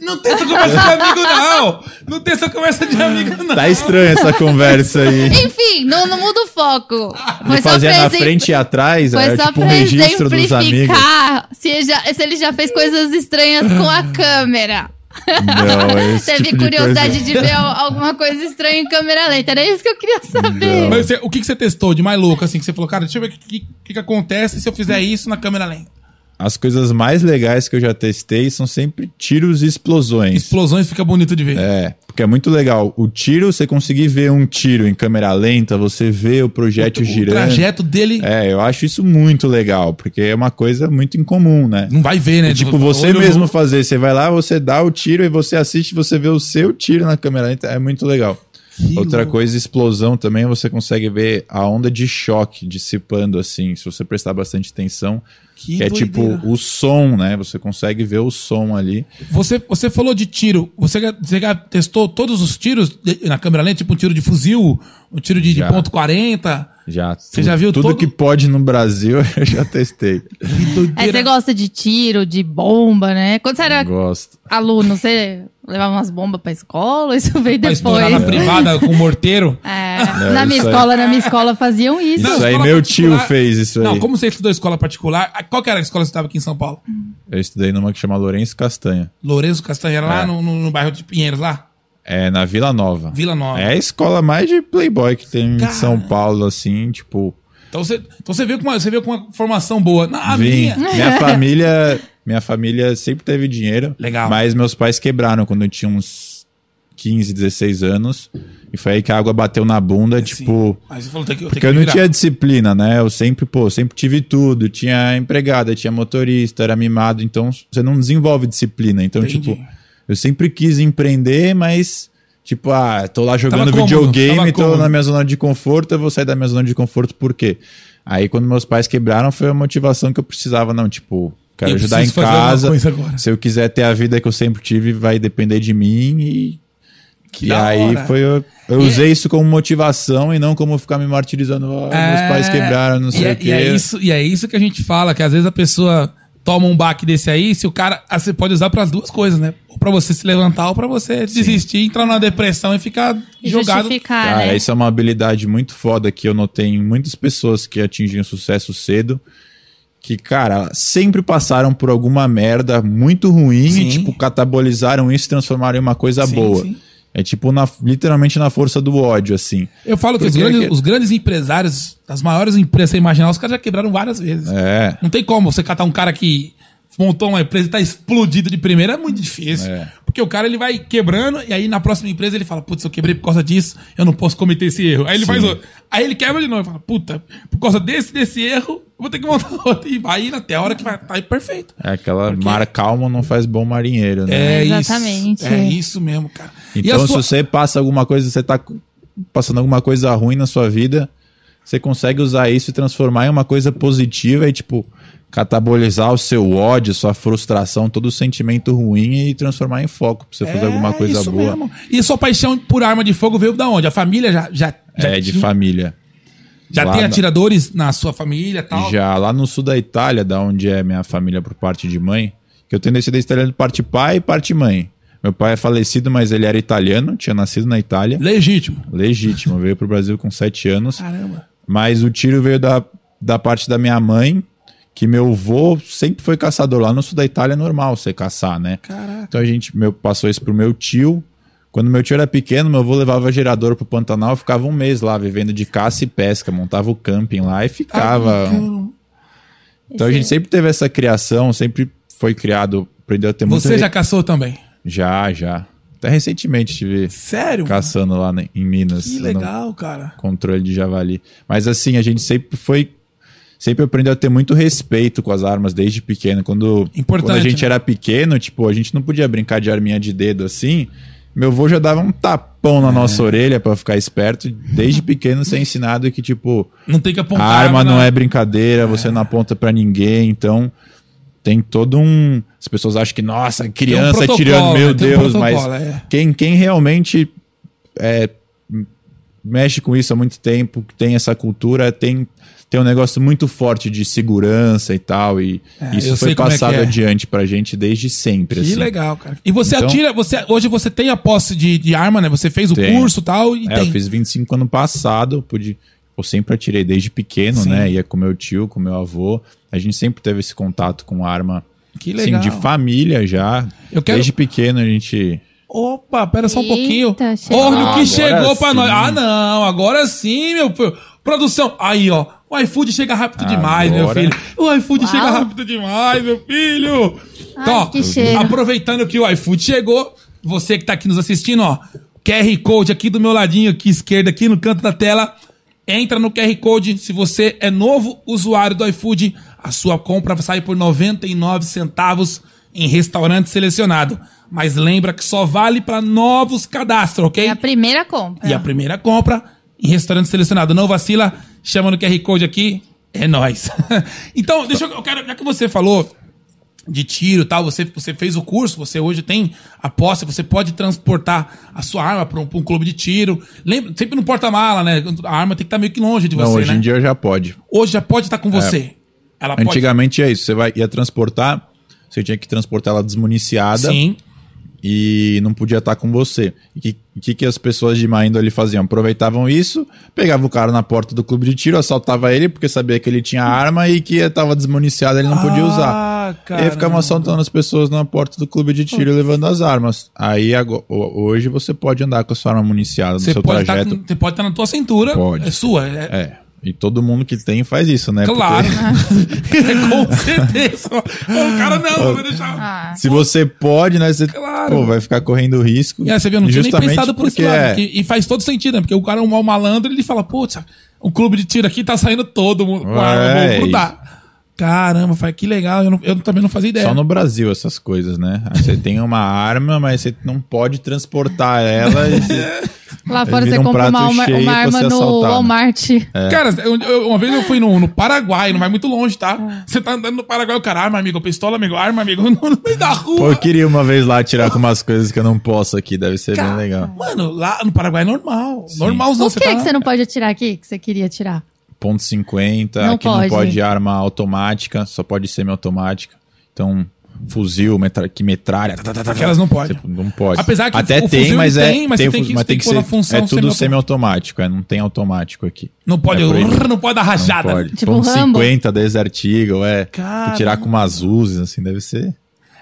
Não tem essa conversa de amigo, não! Não tem essa conversa de amigo, não! Tá estranha essa conversa aí. Enfim, não, não muda o foco. Ele fazia na frente e atrás, Foi era só tipo um pra registro dos amigos. exemplificar se, já- se ele já fez coisas estranhas com a câmera. Não, é esse [laughs] Teve tipo de curiosidade coisa. de, ver al- alguma coisa estranha em câmera lenta. Era isso que eu queria saber. Mas você- o que, que você testou de mais louco, assim? Que você falou, cara, deixa eu ver o que, que- que, que acontece se eu fizer isso na câmera lenta. As coisas mais legais que eu já testei são sempre tiros e explosões. Explosões fica bonito de ver. É, porque é muito legal. O tiro, você conseguir ver um tiro em câmera lenta, você vê o projétil o girando. trajeto dele É, eu acho isso muito legal, porque é uma coisa muito incomum, né? não vai ver, né? É tipo, você olho- mesmo fazer, você vai lá, você dá o tiro e você assiste, você vê o seu tiro na câmera lenta, é muito legal. Que Outra louco. coisa, explosão também, você consegue ver a onda de choque dissipando assim, se você prestar bastante atenção. Que que é doideira. tipo o som, né? Você consegue ver o som ali. Você, você falou de tiro. Você, já- você já testou todos os tiros de- na câmera lenta? Tipo um tiro de fuzil, um tiro de, de Já. ponto 40. Já, Você já viu tudo todo- que pode no Brasil, [laughs] eu já testei. Que Aí doideira. É, você gosta de tiro, de bomba, né? Quando você era Gosto. aluno, você levava umas bombas pra escola, [laughs] isso veio Pra depois. estourar na privada com morteiro. É, Não, na minha isso aí- escola, na minha escola faziam isso. Não, Isso aí, escola meu particular- tio fez isso Não, aí. como você estudou escola particular? Ah, Qual que era a escola que você estava aqui em São Paulo? Eu estudei numa que chama Lourenço Castanha. Lourenço Castanheira, lá É. no, no- no bairro de Pinheiros, lá? É, na Vila Nova. Vila Nova. É a escola mais de playboy que tem Cara. em São Paulo, assim, tipo... Então você, então você veio com uma, você veio com uma formação boa. Na a Vim. minha. [laughs] Minha família, minha família sempre teve dinheiro. Legal. Mas meus pais quebraram quando eu tinha uns 15, 16 anos. E foi aí que a água bateu na bunda, tipo... Aí você falou, tem que, tem Porque que eu me não virar. tinha disciplina, né? Eu sempre, pô, sempre tive tudo. Tinha empregada, tinha motorista, era mimado. Então, você não desenvolve disciplina. Então, Entendi. tipo, eu sempre quis empreender, mas, tipo, ah, tô lá jogando cômodo, tava videogame, tô cômodo. na minha zona de conforto, eu vou sair da minha zona de conforto por quê? Aí, quando meus pais quebraram, foi a motivação que eu precisava, não, tipo... Quero Eu ajudar em preciso fazer alguma casa. coisa agora. Se eu quiser ter a vida que eu sempre tive, vai depender de mim e Que e da aí hora. foi eu, eu E- usei isso como motivação e não como ficar me martirizando. "Ah, Meus pais quebraram, não É, e sei é, o quê. E é, isso, e é isso que a gente fala, que às vezes a pessoa toma um baque desse aí, se o cara. ah, Você pode usar para as duas coisas, né? Ou pra você se levantar, ou pra você desistir, entrar numa depressão e ficar E jogado. Justificar, Cara, né? isso é uma habilidade muito foda que eu notei em muitas pessoas que atingem o sucesso cedo. Que, cara, sempre passaram por alguma merda muito ruim Sim. e, tipo, catabolizaram isso e transformaram em uma coisa Sim, boa. sim. É tipo, na, literalmente na força do ódio, assim. Eu falo que os Porque grandes, que- os grandes empresários, as maiores empresas que você imaginar, os caras já quebraram várias vezes. É. Não tem como você catar um cara que montou uma empresa e tá explodido de primeira, é muito difícil. É. Porque o cara ele vai quebrando e aí na próxima empresa ele fala: "Putz, eu quebrei por causa disso, eu não posso cometer esse erro". Aí ele Sim. faz outro. Aí ele quebra de novo e fala: "Puta, por causa desse desse erro, eu vou ter que montar [laughs] outro". E vai indo até a hora que vai tá perfeito. É aquela mar calmo não faz bom marinheiro, né? É Exatamente. isso. É isso mesmo, cara. Então, a sua- se você passa alguma coisa, você tá passando alguma coisa ruim na sua vida, você consegue usar isso e transformar em uma coisa positiva e, tipo, catabolizar o seu ódio, sua frustração, todo o sentimento ruim e transformar em foco pra você fazer alguma coisa É isso boa. mesmo. E sua paixão por arma de fogo veio da onde? A família já já já, É, de tinha- família. já lá tem na- atiradores na sua família, e tal. Já lá no sul da Itália, da onde é minha família por parte de mãe, que eu tenho descendência italiana de parte pai e parte mãe. Meu pai é falecido, mas ele era italiano, tinha nascido na Itália. Legítimo. Legítimo, veio pro Brasil com sete anos. Caramba. Mas o tiro veio da, da parte da minha mãe, que meu avô sempre foi caçador. Lá no sul da Itália é normal você caçar, né? Caraca. Então a gente meu, passou isso pro meu tio. Quando meu tio era pequeno, meu avô levava gerador pro Pantanal, eu ficava um mês lá vivendo de caça e pesca, montava o camping lá e Ah, ficava. então a gente sempre teve essa criação, sempre foi criado, aprendeu a ter muito. Você já caçou também? já, já. Até recentemente estive Sério? caçando lá na- em Minas. Que Eu não- legal, cara. controle de javali. Mas assim, a gente sempre foi. Sempre aprendeu a ter muito respeito com as armas desde pequeno. Quando, Importante, quando a gente né? era pequeno, tipo, a gente não podia brincar de arminha de dedo assim. Meu avô já dava um tapão É. na nossa orelha pra ficar esperto. Desde pequeno você é ensinado que, tipo, Não tem que a apontar. arma não na- é brincadeira, você não aponta pra ninguém. Então, tem todo um. As pessoas acham que, nossa, criança um protocolo, tirando, né? meu Tem um Deus, mas protocolo, é. quem, quem realmente é, m- mexe com isso há muito tempo, que tem essa cultura, tem, tem um negócio muito forte de segurança e tal. E eu isso sei foi como é que passado é. adiante pra gente desde sempre. Que assim. legal, cara. E você Então- atira, você hoje você tem a posse de, de arma, né? Você fez o Tenho. curso e tal e É, tem. eu fiz 25 ano passado, eu pude. Eu sempre atirei desde pequeno, Sim. né? Ia com meu tio, com meu avô. A gente sempre teve esse contato com arma. Que legal. Sim, de família já. Eu quero- Desde pequeno a gente. Opa, pera só um Eita, pouquinho. chegou. Olha o Ah, que agora chegou pra sim. nós. Ah, não, agora sim, meu filho. Produção, aí ó, o iFood chega rápido demais, meu Agora. filho. O iFood Uau. chega rápido demais, meu filho. Então, ó, que cheiro. aproveitando que o iFood chegou, você que tá aqui nos assistindo, ó, QR Code aqui do meu ladinho, aqui esquerda, aqui no canto da tela. Entra no QR Code, se você é novo usuário do iFood, a sua compra sai por 99 centavos em restaurante selecionado. Mas lembra que só vale para novos cadastros, ok? É a primeira compra. E a primeira compra em restaurante selecionado. Não vacila, chama no QR Code aqui, É nóis. [laughs] então, deixa eu, eu quero, já que você falou de tiro e tal, você, você fez o curso, você hoje tem a posse, você pode transportar a sua arma para um, pra um clube de tiro. Lembra, sempre no porta-mala, né? A arma tem que estar meio que longe de você, Não, hoje né? em dia É. já pode. Hoje já pode estar com você. Ela Antigamente é isso. Você vai, ia transportar, você tinha que transportar ela desmuniciada. pode. Sim. e não podia estar com você. E o que, que, que as pessoas de má índole faziam? Aproveitavam isso, pegavam o cara na porta do clube de tiro, assaltava ele porque sabia que ele tinha arma e que estava desmuniciado, ele não podia Ah, usar. E aí ficavam assaltando as pessoas na porta do clube de tiro e levando as armas. Aí ago- ho- hoje você pode andar com a sua arma municiada no Você seu pode, tá estar trajeto. você pode estar na tua cintura. Pode. É sua. É, É. E todo mundo que tem faz isso, né? Porque- [laughs] claro. [laughs] É com certeza. o cara não, não vai deixar. Ah, Se você pode, né? Você Claro. pô, vai ficar correndo risco. E aí você viu, eu não tinha nem justamente pensado por esse porque lado. é- que- e faz todo sentido, né? Porque o cara é um mau malandro, ele fala, putz, o clube de tiro aqui tá saindo todo mundo. com arma, É, vou grudar. Caramba, faz que legal, eu, não- eu também não fazia ideia. é Só no Brasil essas coisas, né? Aí Você tem uma arma, mas você não pode transportar ela. [laughs] e você- lá fora Vira você um compra uma, prato uma, cheio uma pra arma ser no assaltado. É. Walmart. Cara, eu- eu- uma vez eu fui no, no Paraguai, não vai muito longe, É. tá? Você tá andando no Paraguai, o cara, arma, amigo, pistola, amigo, arma, amigo, [laughs] no meio da Pô, rua. eu queria uma vez lá tirar com umas coisas que eu não posso aqui, deve ser bem Cara, legal. Mano, lá no Paraguai é normal. Normalzão, Por que, você tá... que você não pode atirar aqui que você queria atirar? Ponto 50, Não aqui pode. não pode arma automática, só pode semiautomática. Então, fuzil, metra... que metralha. tá, tá, tá, tá, Aquelas não pode. você Não pode. Apesar que Até o tem, fuzil mas tem, é, mas tem, você tem que- fuz- mas tem tem que que pôr ser, na função é tudo semiautomático. semiautomático, é, não tem automático aqui. Não pode, É [laughs] proibido. não pode dar Não rajada. né? pode. Tipo Ponto Rambo. 50, desartigo, é. Cara. Tirar com umas luzes, assim, deve ser.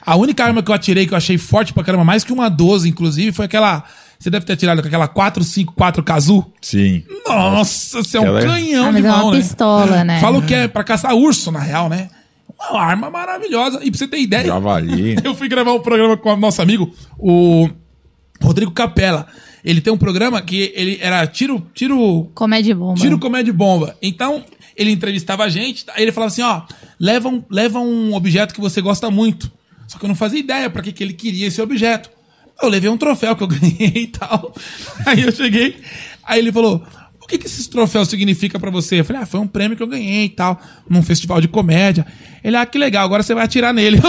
A única arma que eu atirei que eu achei forte pra caramba, mais que uma 12, inclusive, foi aquela. Você deve ter atirado com aquela 454 Kazu. Sim. Nossa, você é um Aquela é- canhão Ah, de mas é mão, uma né? pistola, né? Fala o que é pra caçar urso, na real, né? Uma arma maravilhosa. E pra você ter ideia, Javali. [laughs] eu fui gravar um programa com o nosso amigo, o Rodrigo Capella. Ele tem um programa que ele era tiro, tiro Comédia bomba. um Tiro comédia de bomba. Então, ele entrevistava a gente, aí ele falava assim, ó, leva um, leva um objeto que você gosta muito. Só que eu não fazia ideia pra que, que ele queria esse objeto. Eu levei um troféu que eu [laughs] ganhei e tal. Aí eu cheguei, aí ele falou, o que, que esse troféu significa pra você? Eu falei, ah, foi um prêmio que eu ganhei e tal, num festival de comédia. Ele, ah, que legal, agora você vai atirar nele. [laughs]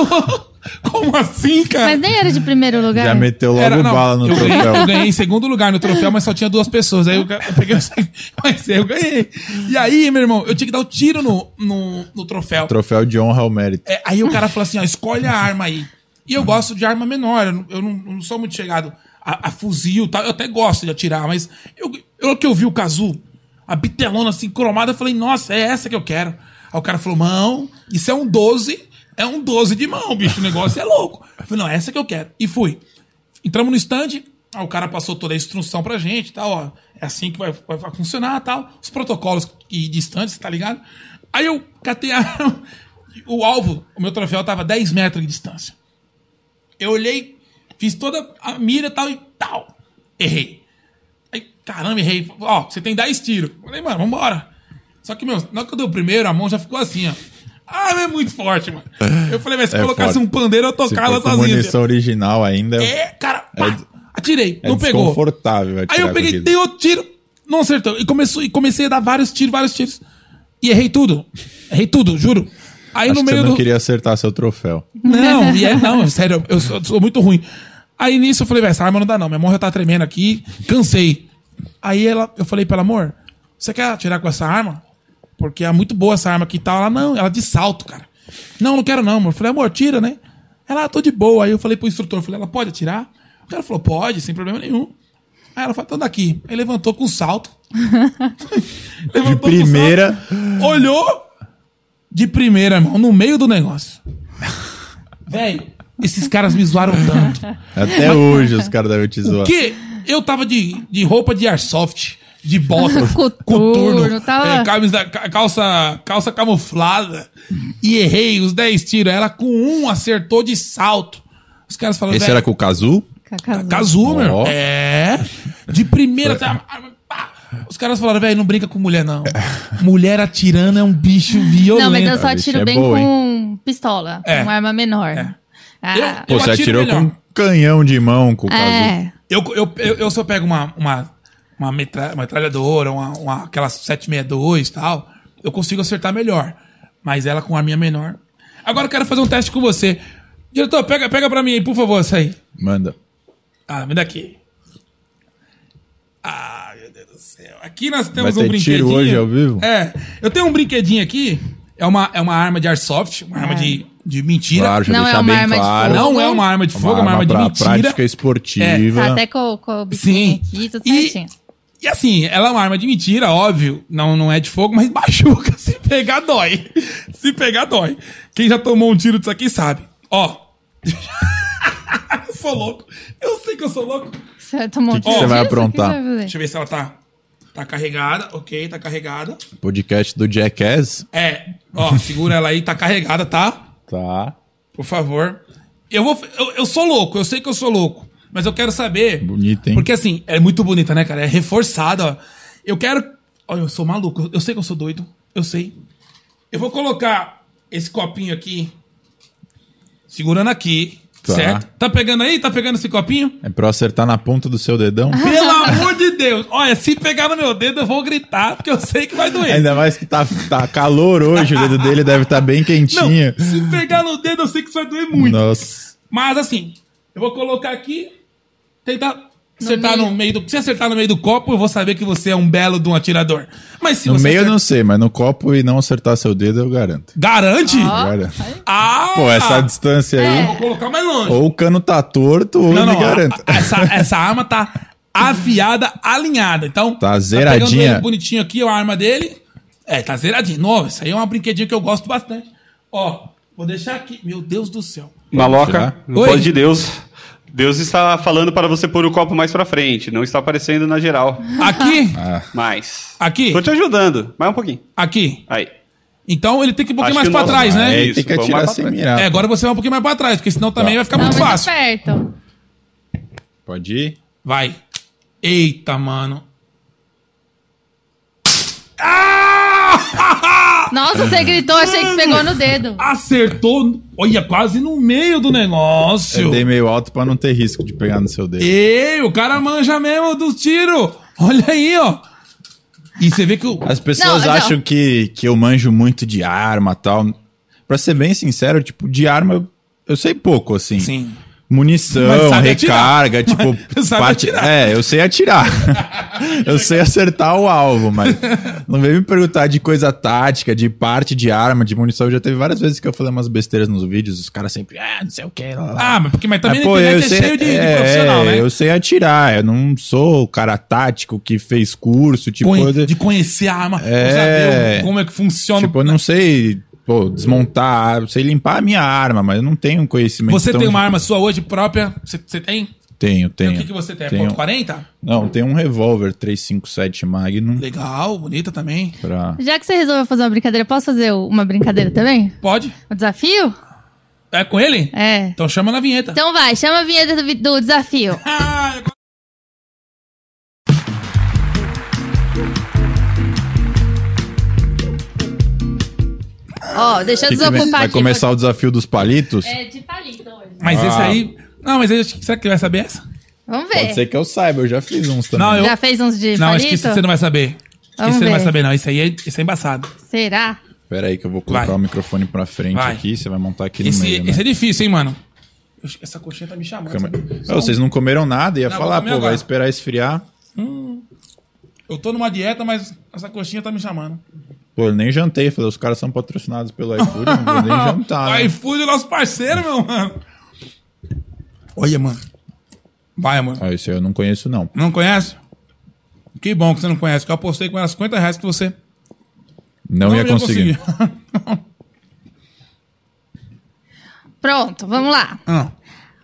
Como assim, cara? Mas nem era de primeiro lugar. Já meteu logo Era- não, bala no eu ganhei- troféu. eu ganhei em segundo lugar no troféu, mas só tinha duas pessoas. Aí eu, eu peguei o segundo, [laughs] mas eu ganhei. E aí, meu irmão, eu tinha que dar o tiro no, no, no troféu. Troféu de honra ao mérito. É, aí o cara falou assim: ó, escolhe a arma aí. E eu gosto de arma menor, eu não, eu não- eu não sou muito chegado a, a fuzil e tal. Eu até gosto de atirar, mas eu, eu que eu vi o Kazu, a bitelona assim, cromada, eu falei, nossa, é essa que eu quero. Aí o cara falou: mão, isso é um 12, é um 12 de mão, bicho, o negócio é louco. Eu falei, não, é essa que eu quero. E fui. Entramos no stand, aí o cara passou toda a instrução pra gente, tal, ó, é assim que vai, vai- vai funcionar, tal, os protocolos e de stand, você tá ligado? Aí eu catei a arma, [laughs] o alvo, o meu troféu tava 10 metros de distância. Eu olhei, fiz toda a mira, tal, e tal, errei. Aí, caramba, errei. Ó, você tem 10 tiros. Falei, mano, vambora. Só que, meu, na hora que eu dei o primeiro, a mão já ficou assim, ó. Ah, é muito forte, mano. Eu falei, mas se É colocasse forte. um pandeiro, eu Se tocava for com sozinho. munição original ainda, É, cara, pá, É- atirei, é não pegou. desconfortável atirar Aí eu peguei, com aquilo. dei outro tiro, não acertou. E, começou, e comecei a dar vários tiros, vários tiros. E errei tudo. Errei tudo, juro. Aí acho no que você meio não do. queria acertar seu troféu. Não, e é, não, sério, eu sou, sou muito ruim. Aí nisso eu falei, velho, essa arma não dá não, minha mão já tá tremendo aqui, cansei. Aí ela, eu falei pra ela, amor, você quer atirar com essa arma? Porque é muito boa essa arma aqui e tal. Ela, não, ela é de salto, cara. Não, não quero não, amor. Eu falei, amor, tira, né? Ela, ah, tô de boa. Aí eu falei pro instrutor, eu falei, ela pode atirar? O cara falou, pode, sem problema nenhum. Aí ela falou, então daqui. Aí levantou com um salto. levantou com um primeira. salto, olhou de primeira, irmão, no meio do negócio. Velho, esses caras me zoaram tanto. Até hoje os caras devem te zoar. Que eu tava de, de roupa de airsoft, [laughs] de bota, Coturno, tava- é, camisa, ca- calça, calça camuflada. E errei os 10 tiros. Ela com um acertou de salto. Os caras falaram, Esse "Velho, era com o Kazu? Cacazu. Cazu, meu. Ó. É. De primeira. tá, até a- a- pá. ah. Os caras falaram, velho, não brinca com mulher, [laughs] não. Mulher atirando é um bicho violento. Não, mas eu só Ah, bicho, atiro é bem boa, com pistola, É. com arma menor. Ah, Eu- Pô, você atiro atirou melhor. com um canhão de mão com o Kazu. é. Eu, eu, eu, eu só pego uma, uma, uma metra- uma metralhadora, uma, uma, aquela 762 e tal. eu consigo acertar melhor. Mas ela com a minha menor. Agora eu quero fazer um teste com você. Diretor, pega, pega pra mim aí, por favor, essa aí. Manda. Ah, me dá aqui. Ah, meu Deus do céu. Aqui nós temos Vai um ter brinquedinho. tiro hoje ao vivo? É. Eu tenho um brinquedinho aqui. É uma, é uma arma de airsoft, uma arma de, de mentira. Claro, deixa eu Não é deixar uma bem arma de claro. fogo. Não é uma arma de fogo, é uma arma de pra mentira. prática esportiva. É, Tá até com, com o biquinho Sim. aqui, tudo E- certinho. E assim, ela é uma arma de mentira, óbvio. Não, não é de fogo, mas [laughs] machuca. Se pegar, dói. Se pegar, dói. Quem já tomou um tiro disso aqui sabe. Ó. [laughs] eu sou louco. Eu sei que eu sou louco. Você tomou Que que um você tiro vai disso? aprontar? O que você vai Deixa fazer? eu ver se ela tá. Tá carregada. Ok, tá carregada. Podcast do Jackass. É. Ó, segura ela aí, tá carregada, tá? Tá. Por favor. Eu vou. Eu, eu sou louco, eu sei que eu sou louco. Mas eu quero saber. Bonita, hein? Porque assim, é muito bonita, né, cara? É reforçada, ó. Eu quero. Olha, eu sou maluco. Eu sei que eu sou doido. Eu sei. Eu vou colocar esse copinho aqui. Segurando aqui. Tá. Certo? Tá pegando aí? Tá pegando esse copinho? É pra eu acertar na ponta do seu dedão? Pelo amor de Deus! Olha, se pegar no meu dedo, eu vou gritar, porque eu sei que vai doer. [laughs] Ainda mais que tá, tá calor hoje, o dedo dele deve estar bem Não, quentinho. se pegar no dedo, eu sei que isso vai doer muito. Nossa. Mas assim, eu vou colocar aqui, tentar acertar meio. no meio do. Se acertar no meio do copo, eu vou saber que você é um belo de um atirador. Mas se No você. meio eu acertar- não sei, mas no copo e não acertar seu dedo eu garanto. Garante? Ó. Garanto. Ah! Pô, essa distância aí. Vou colocar mais longe. Ou o cano tá torto, ou É. não, É ele não. a- garanta. a- essa, essa arma tá afiada, alinhada. Então. Tá Tá pegando zeradinha. ele bonitinho aqui, a arma dele. É, tá zeradinho. Nossa, isso aí é um brinquedinho que eu gosto bastante. Ó, vou deixar aqui. Meu Deus do céu. tirar? Maloca, no Oi. pode de Deus. Deus está falando para você pôr o copo mais pra frente. Não está aparecendo na geral. [laughs] Aqui, Ah, Mas. aqui, Tô te ajudando. Mais um pouquinho. aqui. Aí. Então ele tem que ir um pouquinho Acho mais que pra não. trás, né? É Aí isso, tem que vamos atirar mais pra sem frente. mirar. É, agora você vai um pouquinho mais pra trás, porque senão também Tá. vai ficar Não, muito mas fácil. aperto. Pode ir? Vai. Eita, mano. Nossa, você gritou, achei que pegou no dedo. Acertou. Olha, quase no meio do Eu negócio. dei meio alto pra não ter risco de pegar no seu dedo. Ei, o cara manja mesmo dos tiros. Olha aí, ó. E você vê que o. As pessoas Não, não. acham Que, que eu manjo muito de arma e tal. Pra ser bem sincero, tipo, de arma eu, eu sei pouco, assim. Sim. Mas Munição, sabe recarga, atirar. tipo. [laughs] Mas sabe parte- atirar. É, eu [laughs] sei atirar. eu sei acertar o alvo, mas. Não vem me perguntar de coisa tática, de parte de arma, de munição. Já teve várias vezes que eu falei umas besteiras nos vídeos, os caras sempre, ah, não sei o que. Lá, lá. Ah, mas, porque, mas também Mas, na pô, eu internet é sei, cheio de, de é, profissional, né? Eu sei atirar, eu não sou o cara tático que fez curso, tipo, Conhe- eu, De conhecer a arma, É. saber como é que funciona. tipo, eu não sei pô, desmontar, eu sei limpar a minha arma, mas eu então não tenho conhecimento. você tão- tem uma arma sua hoje própria? Você, você tem? Tenho, E tenho. o que, que você tem? É Tenho- Ponto 40? Não, tem um revólver 357 Magnum Legal, bonita também. pra... Já que você resolveu fazer uma brincadeira, posso fazer uma brincadeira também? Pode? Um desafio? É com ele? É. Então chama na vinheta. Então vai, chama a vinheta do, vi- do desafio. Ah, Então- agora- Ó, deixa eu Que que vem? desocupar Vai aqui. começar o desafio dos palitos? É de palito hoje. mas Ah. esse aí. Não, mas esse- será que ele vai saber essa? Vamos Pode ver. ser que eu saiba, eu já fiz uns também. Não, eu- Já fez uns de não, acho palito? que esse você não vai saber. Acho que Vamos esse você não vai ver. saber, não. Esse aí é, esse é embaçado. Será? Pera aí que eu vou colocar Vai. o microfone pra frente Vai. aqui, você vai montar aqui Esse, no meio, né? esse é difícil, hein, mano? Eu- Essa coxinha tá me chamando. Calma sabe? aí. Ô, É, vocês não comeram nada, ia Não, vou falar, comer pô, agora. vai esperar esfriar. Eu tô numa dieta, mas essa coxinha tá me chamando. Pô, eu nem jantei. Falei, os caras são patrocinados pelo iFood, eu não [laughs] vou nem jantar. o Né? iFood é nosso parceiro, meu mano. Olha, mano. Vai, mano. Ah, isso aí eu não conheço, não. Não conhece? Que bom que você não conhece, porque eu apostei com ela 50 reais que você Não, ia conseguir. Pronto, vamos lá. Ah,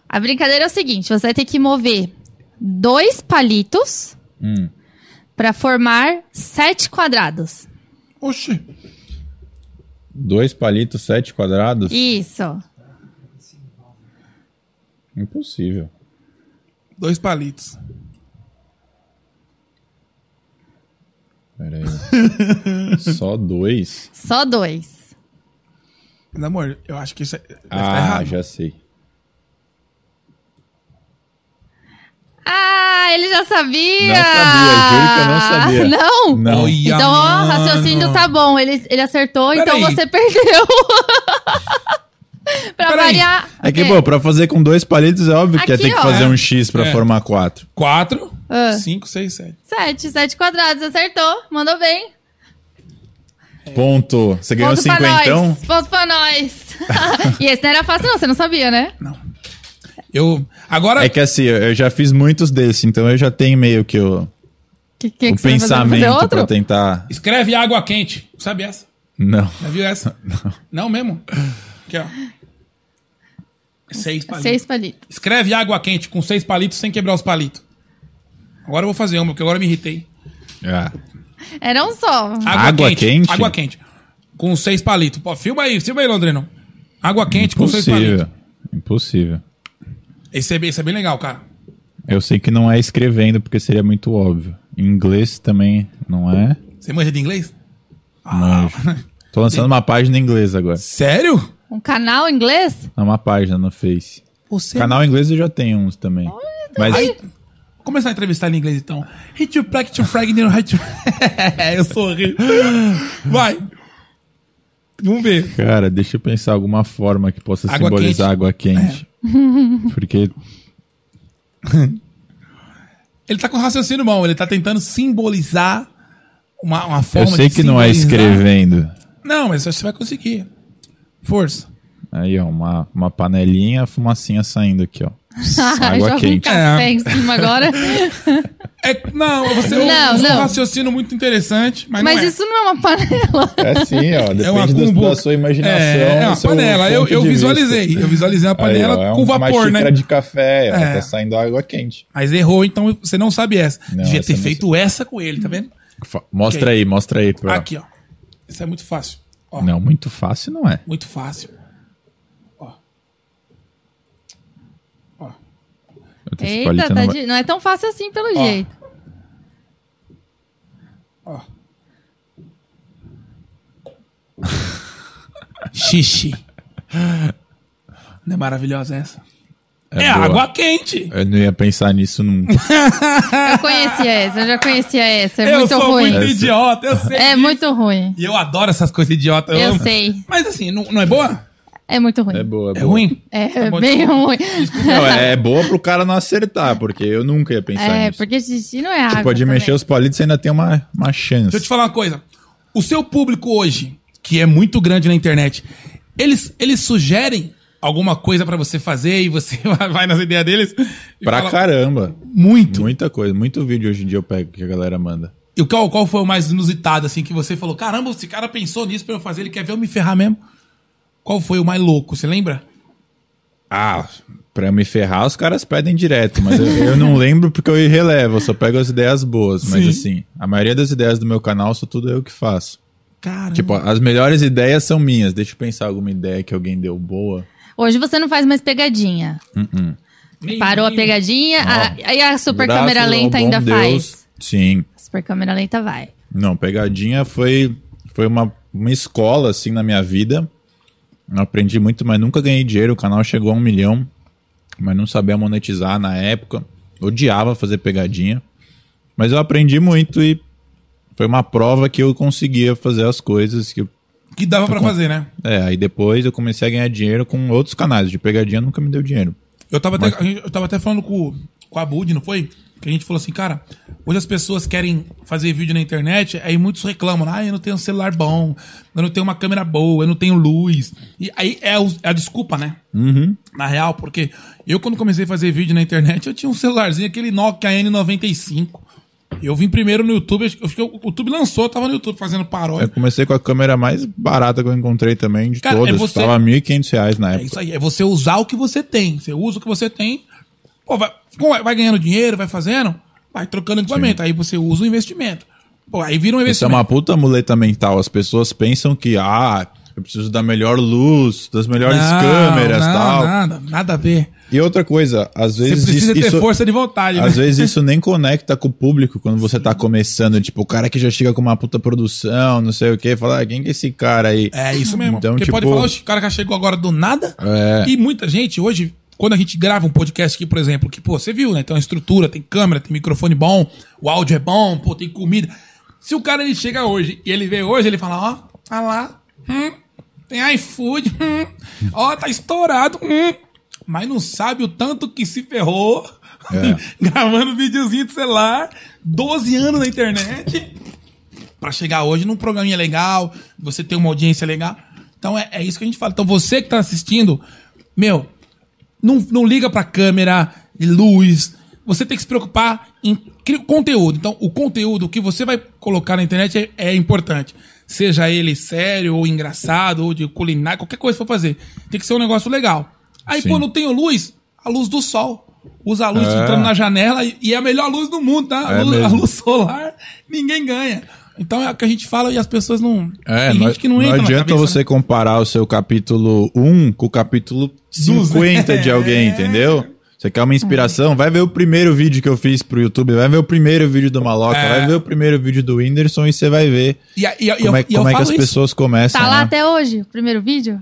A brincadeira é o seguinte: você vai ter que mover dois palitos Hum. pra formar sete quadrados. [laughs] Oxi. Dois palitos, sete quadrados? Isso. Impossível. Dois palitos. Pera [laughs] aí. Só dois? Só dois. Meu amor, eu acho que isso é, deve tá Ah, já sei. Ah, Ah, ele já sabia! Ah, Não sabia, juro que eu não sabia. [laughs] Não? Não. Olha, Então, ó, o mano. raciocínio tá bom. Ele, ele acertou, então Peraí. você perdeu. [laughs] pra Peraí. variar. É que, É. pô, pra fazer com dois palitos é óbvio que ia Aqui, ter que ó. fazer um X pra É. formar quatro. 4, Ah. 5, 6, 7. Sete, sete quadrados, acertou. Mandou bem. É. Ponto. Você ganhou Ponto pra cinquentão? nós. Ponto pra nós. [laughs] e esse não era fácil, não. Você não sabia, né? Eu. Agora. É que assim, eu eu já fiz muitos desses, então eu já tenho meio que o, Que, que o que você vai fazer? Vai fazer pensamento pra outro? tentar. Escreve água quente. Sabe essa? Não. Já viu [laughs] essa? Não, mesmo? Aqui, ó. Seis palitos. Seis palitos. Escreve água quente com seis palitos sem quebrar os palitos. Agora eu vou fazer uma, porque agora eu me irritei. Ah, Era um só. Água quente? Água quente. Com seis palitos. Pô, filma aí, filma aí, Londrino. Água quente com seis palitos. impossível. Impossível. Esse é, bem, esse é bem legal, cara. Eu sei que não é escrevendo, porque seria muito óbvio. Em inglês também não é. Você manja de inglês? [laughs] Manjo. Tô lançando uma página em inglês agora. Sério? Um canal inglês? É uma página no Face. Você. Canal em inglês eu já tenho uns também. tá Mas Vou começar a entrevistar ele em inglês então. Hit you [laughs] black to frag no right. Eu sorri. Vai. Vamos ver. Cara, deixa eu pensar alguma forma que possa Água simbolizar quente. [laughs] água quente. Porque Ele tá com raciocínio bom, ele tá tentando simbolizar uma, uma eu forma sei de que não é simbolizar. escrevendo. Não, mas você vai conseguir. Força. Aí, ó, uma, uma panelinha, a fumacinha saindo aqui, ó. Joga água um quente. café em cima [laughs] agora. É, não, você Não, é um não. raciocínio muito interessante, mas, Mas não é. isso não é uma panela. É sim, ó. Depende é uma do- cumbuca. da sua imaginação. É, é do uma um seu panela. Eu, ponto eu de visualizei. vista. Eu visualizei uma Aí, panela ó, é com um- uma vapor, né? xícara de café, ó, É. tá saindo água quente. Mas errou, então você não sabe essa. Não, Devia essa é ter eu não feito essa com ele, tá vendo? Fa- Mostra aí, mostra aí. Pra... Aqui, ó. Isso é muito fácil. Ó, Não, muito fácil não é. muito fácil. Eu tô Eita, espalhando tá uma- de- não é tão fácil assim pelo Ó. jeito. Xixi. Não é maravilhosa essa? É, boa. água quente. Eu não ia pensar [laughs] nisso nunca. Eu conhecia essa, eu já conhecia essa. É eu muito sou ruim. muito idiota, eu sei. É disso. muito ruim. E eu adoro essas coisas idiotas. Eu amo. sei. Mas assim, não, não é boa? É muito ruim. É boa, É boa. ruim? É, bom, bem ruim. Não, é, é boa pro cara não acertar, porque eu nunca ia pensar É, nisso. porque xixi não é água. Você Tipo, pode também. mexer os palitos e ainda tem uma, uma chance. Deixa eu te falar uma coisa. O seu público hoje, que é muito grande na internet, eles, eles sugerem alguma coisa pra você fazer e você [laughs] vai- vai nas ideias deles? e Pra fala, caramba. Muito. Muita coisa. Muito vídeo hoje em dia eu pego que a galera manda. E qual, qual foi o mais inusitado, assim, que você falou, caramba, esse cara pensou nisso pra eu fazer, ele quer ver eu me ferrar mesmo? Qual foi o mais louco, você lembra? Ah, pra eu me ferrar, os caras pedem direto, mas eu, eu não lembro porque eu relevo, eu só pego as ideias boas. Mas Sim. assim, a maioria das ideias do meu canal sou tudo eu que faço. Caramba. Tipo, as melhores ideias são minhas. Deixa eu pensar alguma ideia que alguém deu boa. Hoje você não faz mais pegadinha. Nem- Parou a nem- pegadinha, a- aí a super Graças câmera ao lenta bom ainda faz. Sim. A super câmera lenta vai. Não, pegadinha foi, foi uma, uma escola, assim, na minha vida. Eu aprendi muito, mas nunca ganhei dinheiro. O canal chegou a um milhão, mas não sabia monetizar na época. Odiava fazer pegadinha. Mas eu aprendi muito e foi uma prova que eu conseguia fazer as coisas. Que eu- Que dava pra fazer, né? É, aí depois eu comecei a ganhar dinheiro com outros canais. De pegadinha nunca me deu dinheiro. Eu tava, até, a gente- eu tava até falando com, o- com a Bud, não foi? Que a gente falou assim, cara, hoje as pessoas querem fazer vídeo na internet, aí muitos reclamam, ah, eu não tenho um celular bom, eu não tenho uma câmera boa, eu não tenho luz. E aí é, o- é a desculpa, né? Na real, porque eu quando comecei a fazer vídeo na internet, eu tinha um celularzinho, aquele Nokia N95. Eu vim primeiro no YouTube, acho que- acho que o YouTube lançou, eu tava no YouTube fazendo paródia. Eu comecei com a câmera mais barata que eu encontrei também de Cara, é todas. você- Tava R$ 1.500 reais na É época. isso aí, é você usar o que você tem. Você usa o que você tem, pô, vai, como é? vai- vai ganhando dinheiro, vai fazendo, vai trocando equipamento. Aí você usa o investimento. Pô, aí vira um Isso é uma investimento. puta muleta mental. As pessoas pensam que, ah, eu preciso da melhor luz, das melhores câmeras não, tal. Nada, nada a ver. E outra coisa, às Você vezes precisa isso, ter isso- força de vontade, né? às vezes isso nem conecta com o público quando você tá começando. Tipo, o cara que já chega com uma puta produção, não sei o quê, fala, ah, quem que é esse cara aí? É isso mesmo. Então, Porque tipo, pode falar, "Oxe, o cara já chegou agora do nada. É. E muita gente hoje Quando a gente grava um podcast aqui, por exemplo, que, pô, você viu, né? Tem uma estrutura, tem câmera, tem microfone bom, o áudio é bom, pô, tem comida. Se o cara ele chega hoje e ele vê hoje, ele fala, ó, tá lá, hum, tem iFood, hum, ó, tá estourado, hum, mas não sabe o tanto que se ferrou [laughs] gravando videozinho de celular, 12 anos na internet para chegar hoje num programinha legal, você ter uma audiência legal. Então é, é isso que a gente fala. Então você que tá assistindo, meu, não, não liga pra câmera, luz. Você tem que se preocupar em criar conteúdo. Então, o conteúdo que você vai colocar na internet é, é importante. Seja ele sério ou engraçado, ou de culinária, qualquer coisa que for fazer. Tem que ser um negócio legal. Aí, Sim. quando tem luz, a luz do sol. Usa a luz É. entrando na janela e- e é a melhor luz do mundo, tá? A É luz- a mesmo. luz solar, ninguém ganha. Então é o que a gente fala e as pessoas não. É, tem não, gente que não, não entra na adianta cabeça, você né? comparar o seu capítulo 1 com o capítulo 50 de É. alguém, entendeu? Você quer uma inspiração? Vai ver o primeiro vídeo que eu fiz pro YouTube, vai ver o primeiro vídeo do Maloca, É. vai ver o primeiro vídeo do Whindersson e você vai ver E, a- e, a- e eu, como é, e eu como é que falo as isso. pessoas começam, Tá lá né? até hoje, o primeiro vídeo?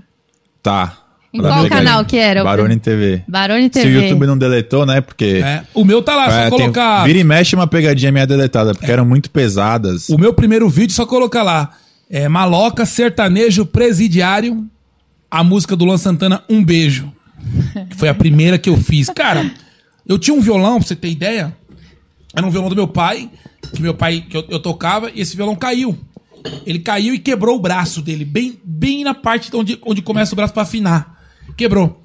Tá. Em Pra qual pegar canal aí. que era? Barone TV. Barone Se TV. o YouTube não deletou, né? Porque... É, o meu tá lá, É, só tem- colocar. É. Vira e mexe uma pegadinha minha deletada, porque eram muito pesadas. O meu primeiro vídeo, só colocar lá. É, Maloca, sertanejo presidiário, a música do Luan Santana, Um Beijo. Que Foi a primeira que eu fiz. Cara, eu tinha um violão, pra você ter ideia. Era um violão do meu pai, que meu pai que eu, eu tocava, e esse violão caiu. Ele caiu e quebrou o braço dele, bem, bem na parte de onde, onde começa o braço pra afinar. Quebrou.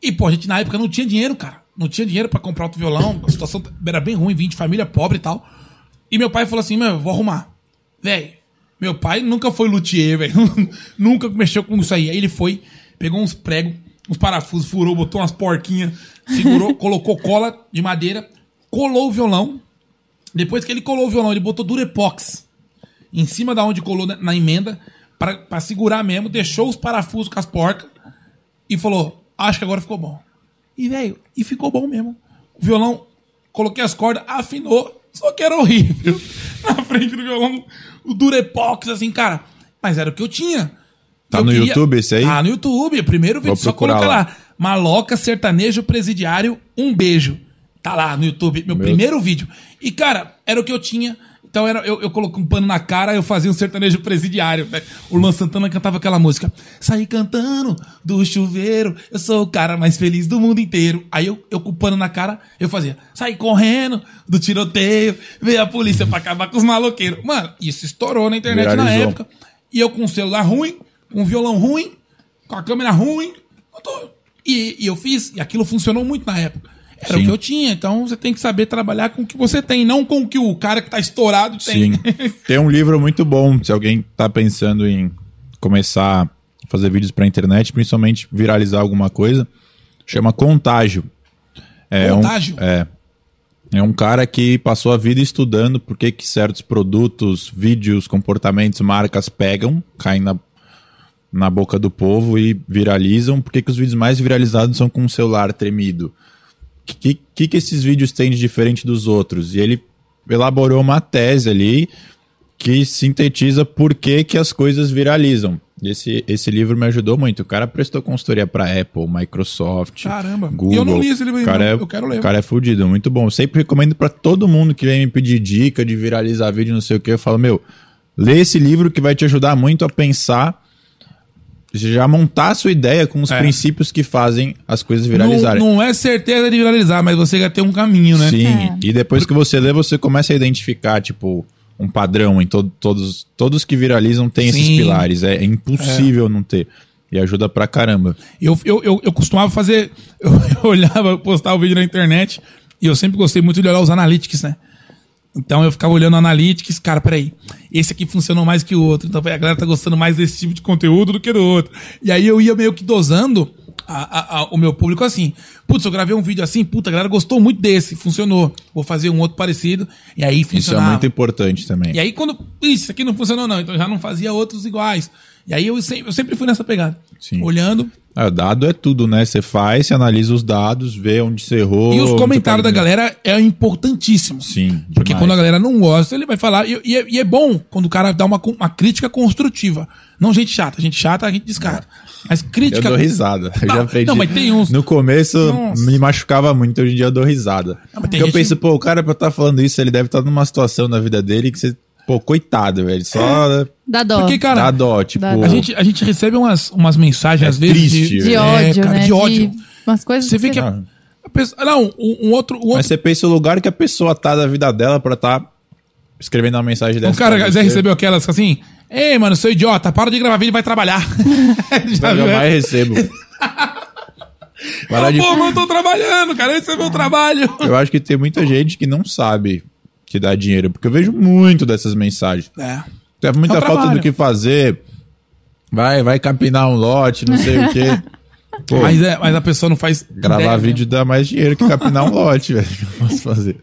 E, pô, a gente na época não tinha dinheiro, cara. Não tinha dinheiro pra comprar outro violão. A situação era bem ruim, vim de família pobre e tal. E meu pai falou assim: meu, eu vou arrumar. Velho, meu pai nunca foi luthier, velho. [laughs] nunca mexeu com isso aí. Aí ele foi, pegou uns pregos, uns parafusos, furou, botou umas porquinhas, segurou, [laughs] colocou cola de madeira, colou o violão. Depois que ele colou o violão, ele botou durepox em cima da onde colou na, na emenda pra pra segurar mesmo, deixou os parafusos com as porcas e falou: "Acho que agora ficou bom". E velho, e ficou bom mesmo. O violão coloquei as cordas, afinou, só que era horrível. [laughs] Na frente do violão, o durepox assim, cara, mas era o que eu tinha. Tá no YouTube esse aí? Tá no YouTube, primeiro vídeo, Vou só procurar coloca lá. lá. Maloca Sertanejo Presidiário, um beijo. Tá lá no YouTube, meu, primeiro vídeo. E, cara, era o que eu tinha. Então era, eu, eu coloquei um pano na cara, eu fazia um sertanejo presidiário. velho. O Luan Santana cantava aquela música. Saí cantando do chuveiro, eu sou o cara mais feliz do mundo inteiro. Aí eu, eu com o pano na cara, eu fazia. Saí correndo do tiroteio, veio a polícia pra acabar com os maloqueiros. Mano, isso estourou na internet na Viralizou. época. E eu com um celular ruim, com um violão ruim, com a câmera ruim. eu tô- E, e eu fiz, e aquilo funcionou muito na época. Era o Sim. que eu tinha, então você tem que saber trabalhar com o que você tem, não com o que o cara que tá estourado tem. Sim. [laughs] [laughs] Tem um livro muito bom, se alguém tá pensando em começar a fazer vídeos pra internet, principalmente viralizar alguma coisa, chama Contágio. É um- Contágio? é. É um cara que passou a vida estudando por que que certos produtos, vídeos, comportamentos, marcas pegam, caem na, na boca do povo e viralizam. Por que que os vídeos mais viralizados são com um celular tremido? O que, que, que esses vídeos têm de diferente dos outros? E ele elaborou uma tese ali que sintetiza por que, que as coisas viralizam. E Esse, esse livro me ajudou muito. O cara prestou consultoria para Apple, Microsoft, Caramba. Google. E eu não li esse livro O ainda, cara é- eu quero ler. O cara é fudido, muito bom. Eu sempre recomendo para todo mundo que vem me pedir dica de viralizar vídeo, não sei o que. Eu falo, meu, lê esse livro que vai te ajudar muito a pensar, já montar a sua ideia com os É. princípios que fazem as coisas Não, viralizarem. não é certeza de viralizar, mas você vai ter um caminho, né? Sim, e depois que você lê, você começa a identificar, tipo, um padrão em to todos todos que viralizam têm Sim. esses pilares. É, é impossível não ter. E ajuda pra caramba. Eu, eu, eu, eu costumava fazer. [laughs] Eu, eu olhava, eu postava o vídeo na internet e eu sempre gostei muito de olhar os analytics, né? Então eu ficava olhando analytics, cara, peraí. Esse aqui funcionou mais que o outro. Então a galera tá gostando mais desse tipo de conteúdo do que do outro. E aí eu ia meio que dosando a- a- a- o meu público assim. Putz, eu gravei um vídeo assim, puta, a galera gostou muito desse, funcionou. Vou fazer um outro parecido. E aí Isso é funcionava. muito importante também. E aí quando. "Ih, Isso aqui não funcionou, não. Então eu já não fazia outros iguais. E aí eu sempre, eu sempre fui nessa pegada. Sim. Olhando. Ah, dado é tudo, né? Você faz, você analisa os dados, vê onde você errou. E os onde comentários você da pode melhorar. galera é importantíssimo. Sim, Porque demais. quando a galera não gosta, ele vai falar. E, e é, e é bom quando o cara dá uma, con- uma crítica construtiva. Não gente chata. Gente chata, a gente descarta. Mas Eu crítica. dou risada. Eu Não, já perdi. não, mas tem uns- No começo me machucava muito, hoje em dia eu dou risada. mas tem Porque eu gente- penso, pô, o cara pra estar falando isso, ele deve estar numa situação na vida dele que você. Pô, coitado, velho. Só né, Dá dó. Porque, É. cara, dá dó. Tipo, dá dó. a, gente, a gente recebe umas, umas mensagens, É às vezes. triste, de é, ódio, cara, né? de ódio. umas coisas Você vê que. é a- a pessoa- não, um, um outro. Um ah, Mas outro você pensa o lugar que a pessoa tá da vida dela pra tá escrevendo uma mensagem um dessa. pra cara já você. é- recebeu aquelas assim. Ei, mano, seu idiota, para de gravar vídeo e vai trabalhar. [laughs] já Eu viu? jamais recebo. [laughs] Vai lá de- Pô, mas eu tô trabalhando, cara, esse é meu trabalho. Eu acho que tem muita gente que não sabe que dá dinheiro, porque eu vejo muito dessas mensagens. É. Teve muita É um falta trabalho. do que fazer. Vai, vai capinar um lote, não sei o [laughs] quê. Pô, Mas, é, mas a pessoa não faz. gravar ideia, né? vídeo dá mais dinheiro que capinar um lote, velho. que eu [laughs] posso fazer.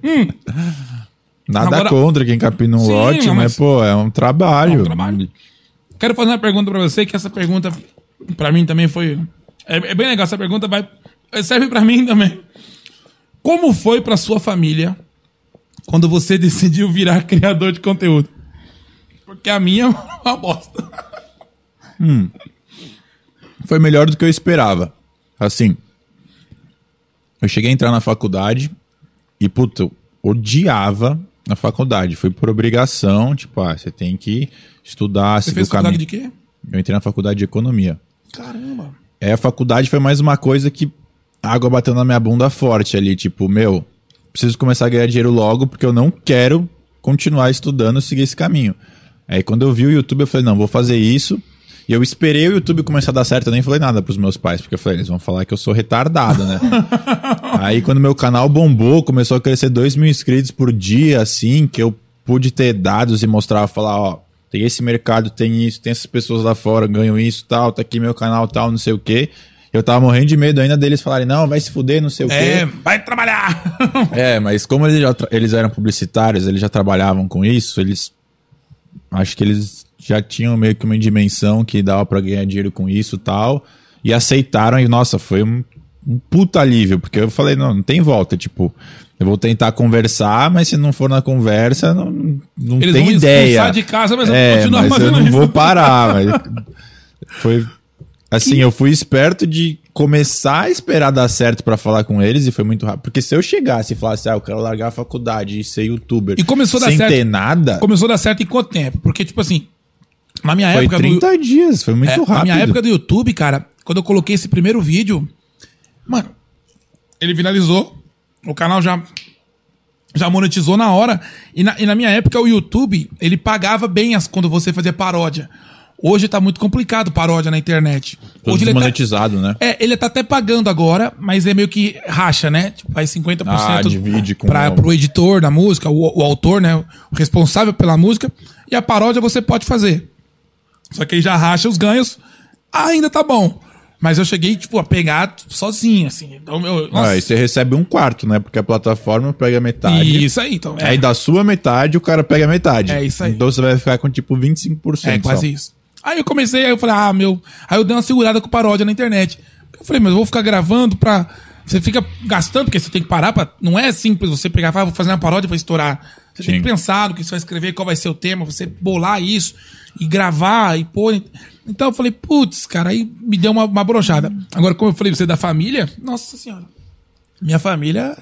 Nada Agora- contra quem capina um Hum. Sim, lote, mas, mas- pô, é um trabalho. É um trabalho. Quero fazer uma pergunta pra você, que essa pergunta pra mim também foi. É, é bem legal, essa pergunta vai. Serve pra mim também. Como foi pra sua família quando você [laughs] decidiu virar criador de conteúdo? Porque a minha [laughs] é uma bosta. Foi melhor do que eu esperava. Assim, eu cheguei a entrar na faculdade e, puta, eu odiava na faculdade. Foi por obrigação, tipo, ah, você tem que estudar, Você seguir fez o caminho. faculdade de quê? Eu entrei na faculdade de economia. Caramba. É, a faculdade foi mais uma coisa que a água bateu na minha bunda forte ali, tipo, meu, preciso começar a ganhar dinheiro logo porque eu não quero continuar estudando e seguir esse caminho. Aí quando eu vi o YouTube, eu falei, não, vou fazer isso. E eu esperei o YouTube começar a dar certo, eu nem falei nada pros meus pais, porque eu falei, eles vão falar que eu sou retardado, né? Aí quando meu canal bombou, começou a crescer 2 mil inscritos por dia, assim, que eu pude ter dados e mostrar, falar, ó, tem esse mercado, tem isso, tem essas pessoas lá fora, ganham isso, tal, tá aqui meu canal, tal, não sei o quê. Eu tava morrendo de medo ainda deles falarem, não, vai se fuder, não sei o É, quê. vai trabalhar. [laughs] [laughs] É, mas como eles, já tra- eles eram publicitários, eles já trabalhavam com isso, eles. Acho que eles já tinham meio que uma dimensão que dava pra ganhar dinheiro com isso tal. E aceitaram, e nossa, foi um, um puta alívio, porque eu falei, não, não tem volta, tipo. Eu vou tentar conversar, mas se não for na conversa, não, não- não Eles tem vão me ideia. expulsar de casa, mas eu vou é, continuar mas eu fazendo não isso. vou [laughs] parar. mas foi assim, eu fui esperto de começar a esperar dar certo pra falar com eles e foi muito rápido. Porque se eu chegasse e falasse, ah, eu quero largar a faculdade e ser youtuber, E começou a dar sem certo. ter nada, Começou a dar certo em quanto tempo? Porque, tipo assim, na minha foi época. do- 30 dias, foi muito É, rápido. Na minha época do YouTube, cara, quando eu coloquei esse primeiro vídeo, mano, ele finalizou, o canal já já monetizou na hora. E na, e na minha época o YouTube, ele pagava bem as quando você fazia paródia. Hoje tá muito complicado paródia na internet. Tudo Hoje ele tá, desmonetizado, né? é, ele tá até pagando agora, mas é meio que racha, né? Tipo, faz 50% Ah, divide com pra, o- pro editor da música, o, o autor, né? O responsável pela música. E a paródia você pode fazer. Só que aí já racha os ganhos. Ainda tá bom. Mas eu cheguei, tipo, a pegar tipo, sozinho, assim. Então, meu, nossa, Ah, e você recebe um quarto, né? Porque a plataforma pega metade. isso aí, então. é Aí da sua metade, o cara pega metade. É isso aí. Então você vai ficar com tipo 25%. É, quase só. isso. Aí eu comecei, aí eu falei, ah, meu. Aí eu dei uma segurada com paródia na internet. Eu falei, mas eu vou ficar gravando pra. Você fica gastando, porque você tem que parar pra. Não é simples você pegar e falar, "Ah, vou fazer uma paródia e vou estourar. Você tem Sim. que pensar no que você vai escrever, qual vai ser o tema, você bolar isso e gravar e pôr. Então eu falei, putz, cara, aí me deu uma, uma brochada. Agora, como eu falei pra você da família, nossa senhora. Minha família.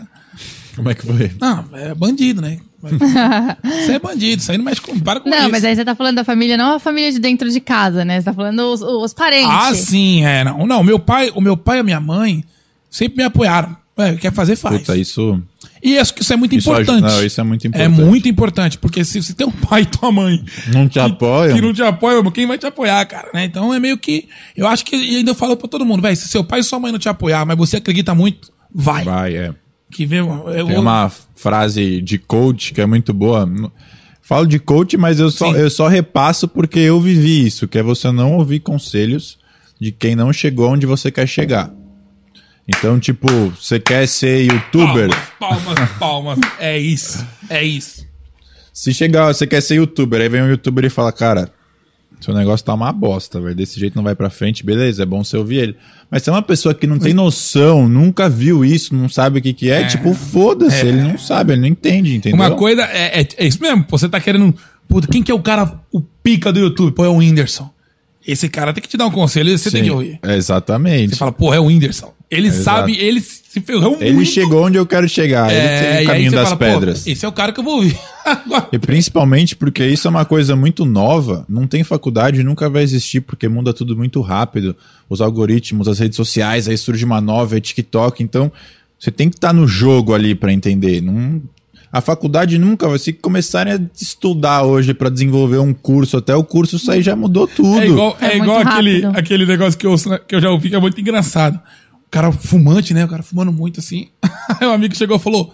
Como é que foi? Não, é bandido, [laughs] né? Mas- Você é bandido, isso aí não mexe com. Para com Não, isso. mas aí você tá falando da família, não a família de dentro de casa, né? Você tá falando os, os parentes. Ah, sim, é. Não, não, meu pai, o meu pai e a minha mãe sempre me apoiaram. Ué, quer fazer, faz. Puta, isso. E acho que isso é muito Isso ajuda- importante. não, isso é muito É importante. muito importante, porque se você tem um pai e tua mãe Não te apoia. que não te apoia, quem vai te apoiar, cara, né? Então é meio que. Eu acho que. E ainda eu falo pra todo mundo, velho, se seu pai e sua mãe não te apoiar, mas você acredita muito, vai. Vai, é. Que vem. Eu, Tem uma frase de coach que é muito boa. Falo de coach, mas eu só, Sim. eu só repasso porque eu vivi isso, que é você não ouvir conselhos de quem não chegou onde você quer chegar. Então, tipo, você quer ser youtuber? palmas, palmas, palmas. é isso. É isso. Se chegar, você quer ser youtuber, aí vem um youtuber e fala, cara, seu negócio tá uma bosta, velho. Desse jeito não vai pra frente, beleza, é bom você ouvir ele. Mas se é uma pessoa que não tem noção, nunca viu isso, não sabe o que que é, tipo, foda-se, ele não sabe, ele não entende, entendeu? Uma coisa um, é, é- é isso mesmo. pô, Você tá querendo. Puta, quem que é o cara, o pica do YouTube? Pô, é o Whindersson. Esse cara tem que te dar um conselho, você tem Sim, que ouvir. Exatamente. Você fala, porra, é o Whindersson. Ele Exato. sabe, ele se ferrou ele muito. É, chegou onde eu quero chegar. ele e tem aí o caminho você das fala, pô, pedras. Esse é o cara que eu vou ouvir. [laughs] Agora, E principalmente porque isso é uma coisa muito nova, não tem faculdade, nunca vai existir, porque muda tudo muito rápido. Os algoritmos, as redes sociais, aí surge uma nova, é TikTok, então você tem que estar no jogo ali para entender. Não- a faculdade nunca vai. Se começarem a estudar hoje para desenvolver um curso, até o curso sair já mudou tudo. É igual, é É igual muito aquele, rápido. aquele negócio que eu, ouço, né, que eu já ouvi, que é muito engraçado. O cara fumante, né? O cara fumando muito assim. [laughs] Aí um amigo chegou e falou: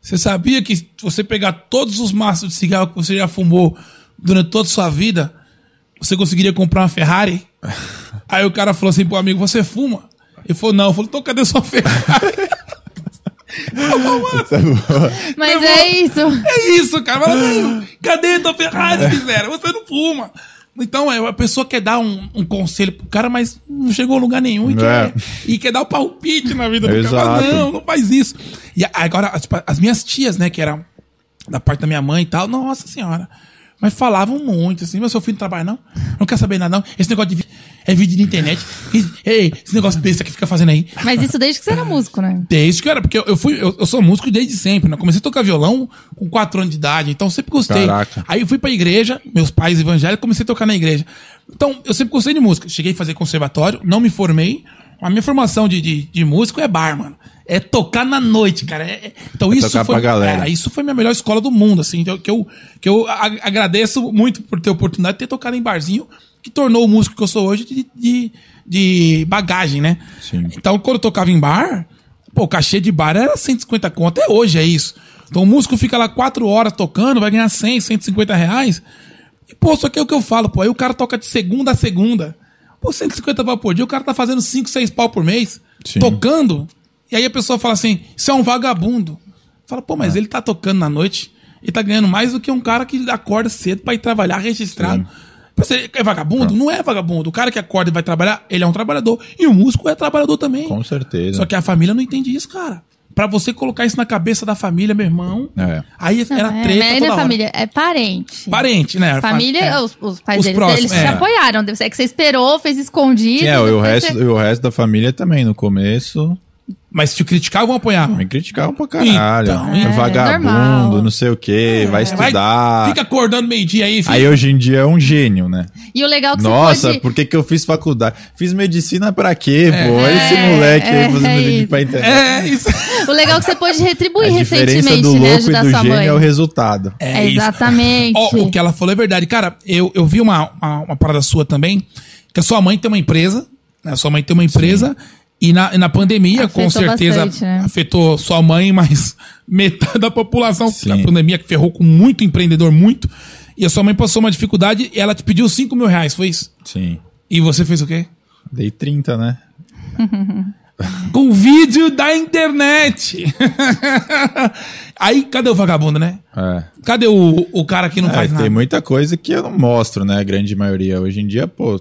Você sabia que se você pegar todos os maços de cigarro que você já fumou durante toda a sua vida, você conseguiria comprar uma Ferrari? Aí o cara falou assim pro amigo: Você fuma? Ele falou: Não. Eu falei: Então cadê sua Ferrari? Mas Levou- é isso. É isso, cara. Fala, Ah. "Não, cadê tua Ferrari, miséria? Você não fuma. Então, é, a pessoa quer dar um, um conselho pro cara, mas não chegou a lugar nenhum e, É. quer, e quer dar o palpite na vida do cara. Exato. Fala, Não, não faz isso. E a- agora, as, pa- as minhas tias, né, que eram da parte da minha mãe e tal, nossa senhora. Mas falavam muito, assim, meu seu filho não trabalha, não? Não quer saber nada, não? Esse negócio de vi- é vídeo de internet. Esse- Ei, esse negócio besta que fica fazendo aí. Mas isso desde que você era músico, né? Desde que eu era, porque eu, eu fui, eu, eu sou músico desde sempre, né? Comecei a tocar violão com 4 anos de idade, então eu sempre gostei. Caraca. Aí eu fui pra igreja, meus pais evangélicos, comecei a tocar na igreja. Então, eu sempre gostei de música. Cheguei a fazer conservatório, não me formei. A minha formação de, de, de músico é bar, mano. É tocar na noite, cara. É- é- então É isso tocar foi. pra galera. cara, isso foi minha melhor escola do mundo, assim. então, Que eu, que eu a- agradeço muito por ter a oportunidade de ter tocado em barzinho, que tornou o músico que eu sou hoje de, de, de bagagem, né? Sim. Então, quando eu tocava em bar, pô, o cachê de bar era 150 conto. Até hoje é isso. Então, o músico fica lá 4 horas tocando, vai ganhar 100, 150 reais. E, pô, só que é o que eu falo, pô. Aí o cara toca de segunda a segunda. Pô, 150 pau por dia, o cara tá fazendo 5, 6 pau por mês, Sim. tocando. E aí a pessoa fala assim: isso é um vagabundo. Fala, pô, É. mas ele tá tocando na noite e tá ganhando mais do que um cara que acorda cedo pra ir trabalhar registrado. Pô, você é Tá. vagabundo? Não é vagabundo. O cara que acorda e vai trabalhar, ele é um trabalhador. E o músico é trabalhador também. Com certeza. Só que a família não entende isso, cara. Pra você colocar isso na cabeça da família, meu irmão, É. aí era É, treta mas aí toda não é hora. família, é parente. Parente, né? Família, É. os, os pais Os deles, próximos, eles te é. apoiaram. É que você esperou, fez escondido. Sim, é, e o, depois resto, você- e o resto da família também, no começo, Mas te criticavam ou apoiavam? me criticavam pra caralho. Então, É é, vagabundo, normal. não sei o quê, vai Vai, estudar. Fica acordando meio-dia aí, filho. Aí hoje em dia é um gênio, né? E o legal é que Nossa, você pode... por que, que eu fiz faculdade? Fiz medicina pra quê, pô? Olha esse É, moleque é, aí fazendo é vídeo isso. pra internet. É, isso. O legal é que você pode retribuir a diferença recentemente, do né? louco Ajudar e do sua gênio mãe. é o resultado. É isso. Exatamente. Ó, o que ela falou é verdade. Cara, eu, eu vi uma, uma, uma parada sua também, que a sua mãe tem uma empresa, né? Sua mãe tem uma empresa. E na, e na pandemia, Afetou com certeza, bastante, né? afetou sua mãe, [laughs] mas metade da população. Sim. A pandemia que ferrou com muito empreendedor, muito. E a sua mãe passou uma dificuldade e ela te pediu 5 mil reais, foi isso? Sim. E você fez o quê? Dei 30, né? com vídeo da internet. [laughs] Aí, cadê o vagabundo, né? É. Cadê o, o cara que não É, faz tem nada? muita coisa que eu não mostro, né? A grande maioria. Hoje em dia, pô,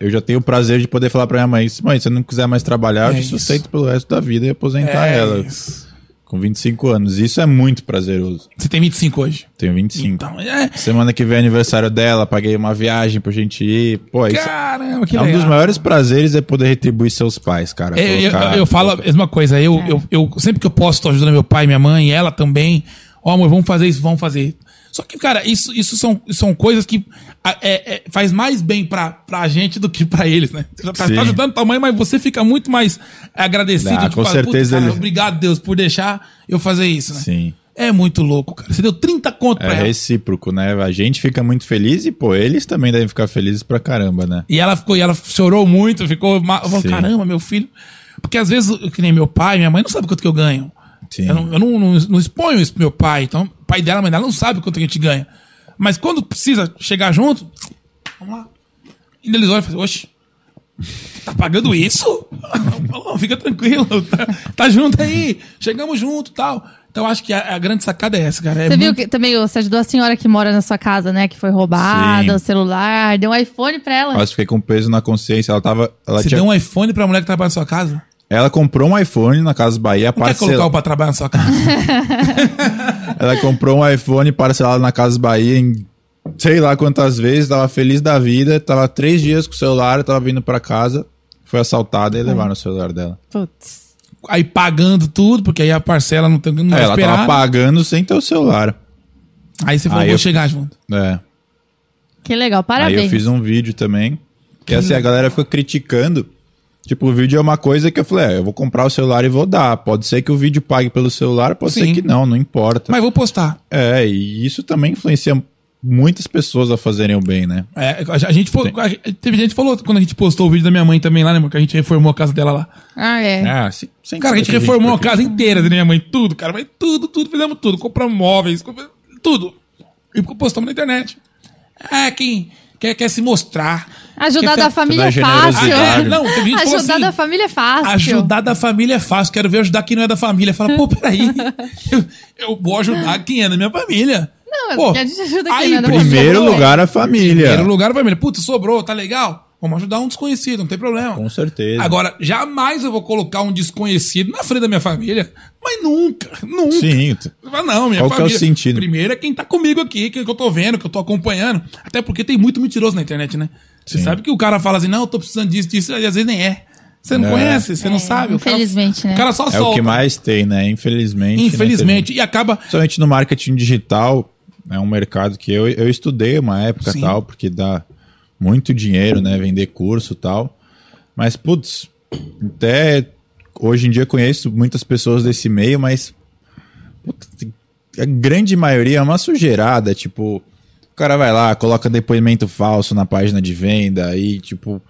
eu já tenho o prazer de poder falar pra minha mãe: mãe, se você não quiser mais trabalhar, É eu te isso. sustento pelo resto da vida e aposentar É ela. isso. Com 25 anos. Isso é muito prazeroso. Você tem 25 hoje. Tenho 25. Então, é. Semana que vem é aniversário dela, paguei uma viagem pra gente ir. Pô, isso Caramba, que é um legal. dos maiores prazeres é poder retribuir seus pais, cara. É, eu, Colocar- eu- eu falo a mesma coisa. Eu, eu, eu- sempre que eu posso, tô ajudando meu pai, minha mãe, ela também. Ó, amor, vamos fazer isso, vamos fazer. Só que, cara, isso, isso são, são coisas que a- é- é- faz mais bem pra, pra gente do que pra eles, né? Você já tá, Sim. tá ajudando tua mãe, mas você fica muito mais agradecido. Ah, de com falar, "Puta, certeza cara, ele- Obrigado, Deus, por deixar eu fazer isso, né? Sim. É muito louco, cara. Você deu 30 conto É pra ela. recíproco, né? A gente fica muito feliz e, pô, eles também devem ficar felizes pra caramba, né? E ela ficou, e ela chorou muito, ficou. ma- Falou, Sim. caramba, meu filho. Porque às vezes, que nem meu pai, minha mãe não sabe quanto que eu ganho. Sim. Eu, não, eu não, não, não exponho isso pro meu pai. Então, o pai dela, a mãe dela não sabe quanto que a gente ganha. Mas quando precisa chegar junto, vamos lá. E eles olham e falam, oxe, tá pagando isso? [laughs] Falou, fica tranquilo, tá, tá junto aí, chegamos junto e tal. Então acho que a, a grande sacada é essa, cara. É Você viu muito- que também você ajudou a senhora que mora na sua casa, né? Que foi roubada, Sim. o celular, deu um iPhone pra ela. Nossa, fiquei com peso na consciência. Ela tava. Ela, É. Você tinha- deu um iPhone pra mulher que trabalha na sua casa? ela comprou um iPhone na Casa Bahia, Não quer colocar o parcelado. pra trabalhar na sua casa? Ela comprou um iPhone parcelado na Casa Bahia em sei lá quantas vezes, tava feliz da vida, tava três dias com o celular, tava vindo pra casa, foi assaltada e levaram o celular dela. Putz. Aí pagando tudo, porque aí a parcela não tem não É, vai ela esperar. tava pagando sem ter o celular. Aí você falou, Aí vou eu- chegar junto. É. Que legal, Aí eu parabéns. fiz um vídeo também. Que assim, a galera fica criticando. Tipo, o vídeo é uma coisa que eu falei, é, eu vou comprar o celular e vou dar. Pode ser que o vídeo pague pelo celular, pode Sim. ser que não, não importa. Mas vou postar. É, e isso também influencia muitas pessoas a fazerem o bem, né? É, a a gente foi, a- teve gente que falou quando a gente postou o vídeo da minha mãe também lá, lembra? Que a gente reformou a casa dela lá. Ah, é. Ah, sim. Sem Cara, a gente saber que reformou a vídeo casa inteira da minha mãe, tudo, cara, mas tudo, tudo, fizemos tudo, compramos móveis, compramos tudo. E postamos na internet. É, quem quer, quer se mostrar. Ajudar Quer da fa- família é Você dá fácil. generosidade. Não, tem gente que falou Ajudar assim, da família é fácil. Ajudar da família é fácil, quero ver ajudar quem não é da família. Fala, [laughs] pô, peraí, eu, eu vou ajudar quem é da minha família. Não, pô, a gente ajuda quem aí, não é da Em família. Primeiro Sobrou. lugar, a família. Primeiro lugar, família. Puta, sobrou, tá legal? Vamos ajudar um desconhecido, não tem problema. Com certeza. Agora, jamais eu vou colocar um desconhecido na frente da minha família. Mas nunca, nunca. Sim. t- Mas não, minha Qual que é o família. sentido? Primeiro é quem tá comigo aqui, que eu tô vendo, que eu tô acompanhando. Até porque tem muito mentiroso na internet, né? Você Sim. sabe que o cara fala assim, não, eu tô precisando disso, disso, e às vezes nem é. Você não É. conhece, você não sabe. o cara- infelizmente, né? O cara só É o solta. que mais tem, né? Infelizmente. né, Infelizmente. E acaba. teve- Principalmente no marketing digital, é um mercado que eu, eu estudei uma época Sim. tal, porque dá muito dinheiro, né? Vender curso e tal. Mas, putz, até hoje em dia eu conheço muitas pessoas desse meio, mas puta, tem- a grande maioria é uma sujeirada, tipo, o cara vai lá, coloca depoimento falso na página de venda e, tipo,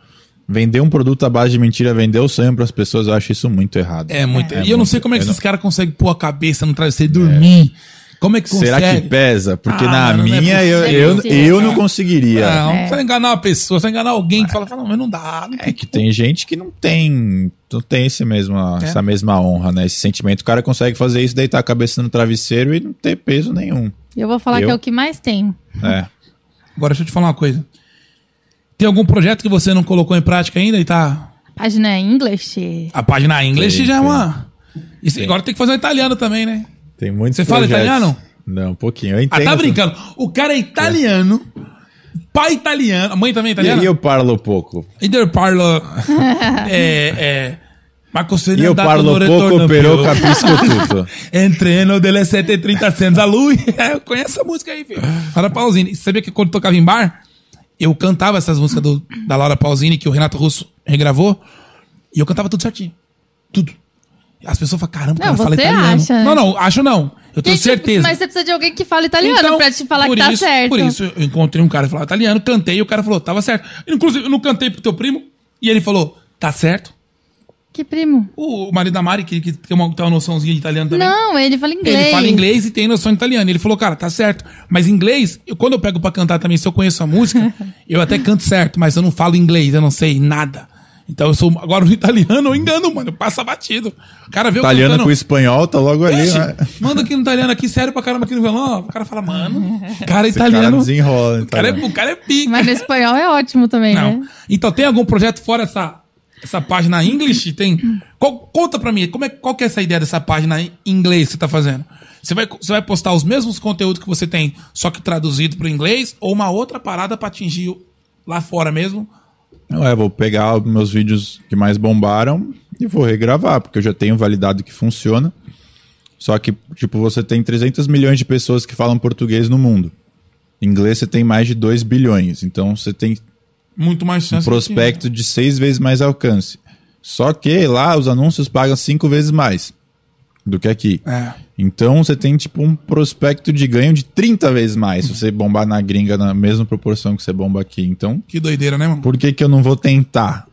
vender um produto à base de mentira, vender o sonho para as pessoas, eu acho isso muito errado. É muito. É e eu não muito. sei como é que Eu esses caras conseguem pôr a cabeça no travesseiro e dormir. Como é que consegue? Será que pesa? Porque Ah, na mano, não é minha eu, possível. eu, eu não Cara. conseguiria. Não, É. você vai enganar uma pessoa, você vai enganar alguém que fala, fala, não, mas não dá. Não É que tem gente que não tem, não tem esse mesmo, É. essa mesma honra, né? Esse sentimento. O cara consegue fazer isso, deitar a cabeça no travesseiro e não ter peso nenhum. Eu vou falar Eu? que é o que mais tem. Uhum. É. Agora, deixa eu te falar uma coisa. Tem algum projeto que você não colocou em prática ainda e tá. A página é em inglês. A página em inglês Tem, já é tem. uma. Isso, agora tem que fazer um italiano também, né? Tem muitos Você fala projetos. italiano? Não, um pouquinho. Eu Ah, entendo. tá brincando. O cara é italiano, pai italiano, a mãe também é E italiana. aí eu parlo pouco. Inter [laughs] parlo. é, é. Marco E eu parlo pouco, [laughs] pero capisco tudo. Entreno delle 7h30 senza lui. [laughs] É, Conhece essa música aí, filho. Laura Pausini. Você sabia que quando tocava em bar, eu cantava essas músicas do- da Laura Pausini que o Renato Russo regravou. E eu cantava tudo certinho. Tudo. As pessoas falam, caramba, o cara Não, fala você italiano. acha, né? Não, não, acho não. Eu tenho Gente, certeza. Mas você precisa de alguém que fala italiano Então, pra te falar que por tá isso- certo. Por isso, eu encontrei um cara que falava italiano, cantei, e o cara falou, tava certo. Inclusive, eu não cantei pro teu primo, e ele falou, tá certo. Que primo? O marido da Mari, que, que tem, uma, tem uma noçãozinha de italiano também. Não, ele fala inglês. Ele fala inglês e tem noção de italiano. Ele falou, cara, tá certo. Mas inglês, eu- quando eu pego pra cantar também, se eu conheço a música, eu até canto certo, mas eu não falo inglês, eu não sei nada. Então eu sou. Agora o italiano eu engano, mano. Passa batido. O cara vê Italiano eu com espanhol tá logo ali, Ixi, né? Manda aqui no italiano aqui, sério pra caramba aqui no violão. O cara fala, mano. Cara é Esse cara é tá italiano. desenrola. O cara é, italiano. o cara é pica. Mas no espanhol é ótimo também, Não. né? Então, tem algum projeto fora essa, essa página em English? Tem? Qual- conta pra mim, como é, qual que é essa ideia dessa página em inglês que você tá fazendo? Você vai, você vai postar os mesmos conteúdos que você tem, só que traduzido pro inglês, ou uma outra parada pra atingir o- lá fora mesmo? Não é, vou pegar os meus vídeos que mais bombaram e vou regravar, porque eu já tenho validado que funciona. Só que, tipo, você tem 300 milhões de pessoas que falam português no mundo. Em inglês você tem mais de 2 bilhões, então você tem Muito mais chance. de- prospecto de seis vezes mais alcance. Só que lá os anúncios pagam cinco vezes mais do que aqui. É. Então você tem tipo um prospecto de ganho de 30 vezes mais se você bombar na gringa na mesma proporção que você bomba aqui. Então, Que doideira, né, mano? por que que eu não vou tentar?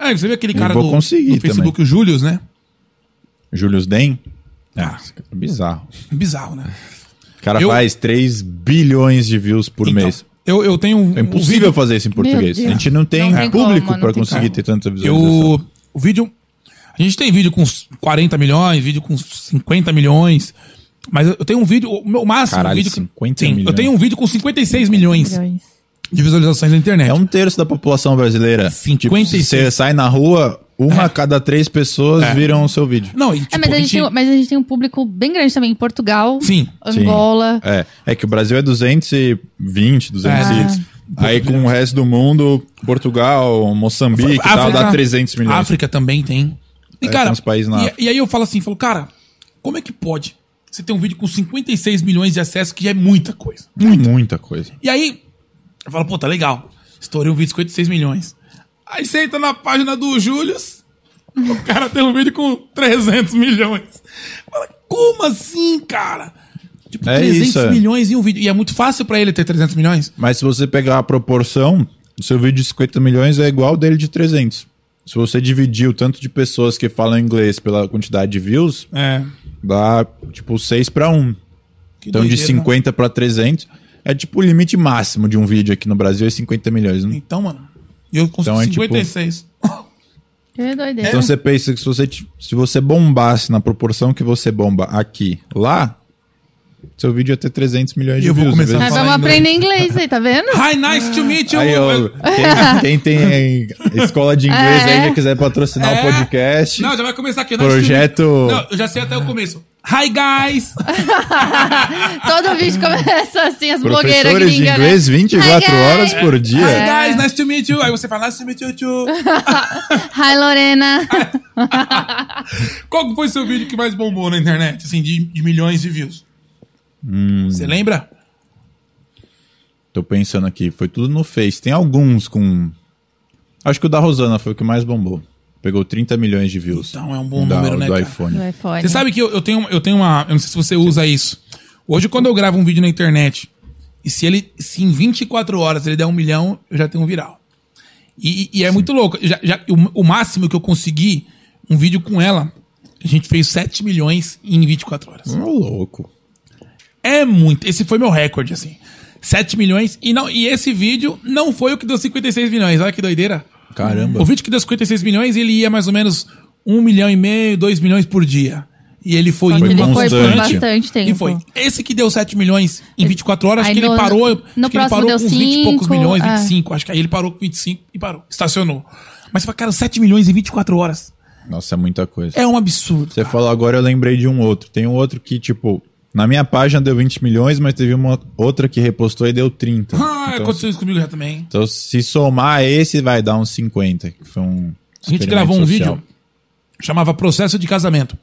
É, você viu aquele Eu cara do, vou conseguir do Facebook, o Július, né? Július Den? Ah. Ah, esse cara é bizarro. Bizarro, né? O cara Eu- faz 3 bilhões de views por Então, mês. Eu, eu tenho um. É impossível fazer isso em português. Deus. A gente não tem Não tem público como, não pra tem conseguir como. ter tanta visualização. Eu, o vídeo. A gente tem vídeo com uns 40 milhões, vídeo com uns 50 milhões. Mas eu eu tenho um vídeo, o meu máximo. Caralho, vídeo com- 50 Sim, Eu milhões. tenho um vídeo com 56 milhões Milhões. um de visualizações na internet. É um terço da população brasileira. 56. Tipo, se você sai na rua, É. Uma a cada três pessoas viram o seu vídeo. Não, e, tipo, É, mas, a gente tem, mas a gente tem um público bem grande também em Portugal, Sim. Angola. É, é que o Brasil é É. 220, 200 e... É. Aí com o resto do mundo, Portugal, Moçambique, e tal, tá, dá 300 milhões. África também tem. E, É, cara, tem uns países na e- África. e, aí eu falo assim, falo, cara, como é que pode? Você tem um vídeo com 56 milhões de acessos, que já é muita coisa. Muita coisa. E aí, eu falo, pô, tá legal. Estourei um vídeo de 56 milhões. Aí você entra na página do Júlio, o cara tem um vídeo com 300 milhões. Fala, como assim, cara? Tipo, É 300 isso, é. milhões em um vídeo. E é muito fácil pra ele ter 300 milhões. Mas se você pegar a proporção, o seu vídeo de 50 milhões é igual ao dele de 300. Se você dividir o tanto de pessoas que falam inglês pela quantidade de views, É. dá tipo 6 para 1. Que Então de doideira, né? 50 para 300 é tipo o limite máximo de um vídeo aqui no Brasil é 50 milhões. Né? Então, mano, eu consegui Então é, tipo, 56. Que É É. doideira. Então você pensa que se você, t- se você bombasse na proporção que você bomba aqui, lá, seu vídeo ia ter 300 milhões E de eu vou views. tá em começar vez a de- Aí falar vamos inglês. aprender inglês aí, tá [laughs] vendo? Hi, nice to meet you. Aí, ó, [laughs] quem, quem tem escola de inglês aí já quiser patrocinar É. o podcast. Não, já vai começar aqui. nice to meet- projeto. É. Não, eu já sei até o começo. Hi, guys. Todo vídeo começa assim, as blogueiras Professores de gringas. né? inglês 24 Hi, guys. horas por dia. Hi, guys, nice to meet you. Aí você fala, nice to meet you too. Hi, Lorena. Qual que foi seu vídeo que mais bombou na internet, assim, de, de milhões de views? Você lembra? Tô pensando aqui, foi tudo no Face. Tem alguns com. Acho que o da Rosana foi o que mais bombou. Pegou 30 milhões de views. Então, é um bom número, né, Do cara? iPhone. Do iPhone. Você sabe que eu, eu tenho, eu tenho uma. Eu não sei se você usa isso. Hoje, quando eu gravo um vídeo na internet, e se ele. Se em 24 horas ele der um milhão, eu já tenho um viral. E, e- e é muito louco. Já, já- o, o máximo que eu consegui, um vídeo com ela, a gente fez 7 milhões em 24 horas. Ô, louco. É muito. Esse foi meu recorde, assim. 7 milhões. E, não, e esse vídeo não foi o que deu 56 milhões. Olha que doideira. Caramba. O vídeo que deu 56 milhões, ele ia mais ou menos 1 milhão e meio, 2 milhões por dia. E ele foi Só que indo ele foi bastante. por bastante tempo. E foi. Esse que deu 7 milhões em 24 horas, Aí acho que no- ele parou. no acho que ele próximo parou deu com 20 e poucos cinco, milhões, é. 25. Acho que aí ele parou com 25 e parou. Estacionou. Mas você fala, cara, 7 milhões em 24 horas. Nossa, é muita coisa. É um absurdo. Você falou agora, eu lembrei de um outro. Tem um outro que, tipo, na minha página deu 20 milhões, mas teve uma outra que repostou e deu 30. Ah, então, aconteceu isso comigo já também. então, se somar esse, vai dar uns 50. Que foi um A gente experimento gravou um social. vídeo, chamava Processo de Casamento.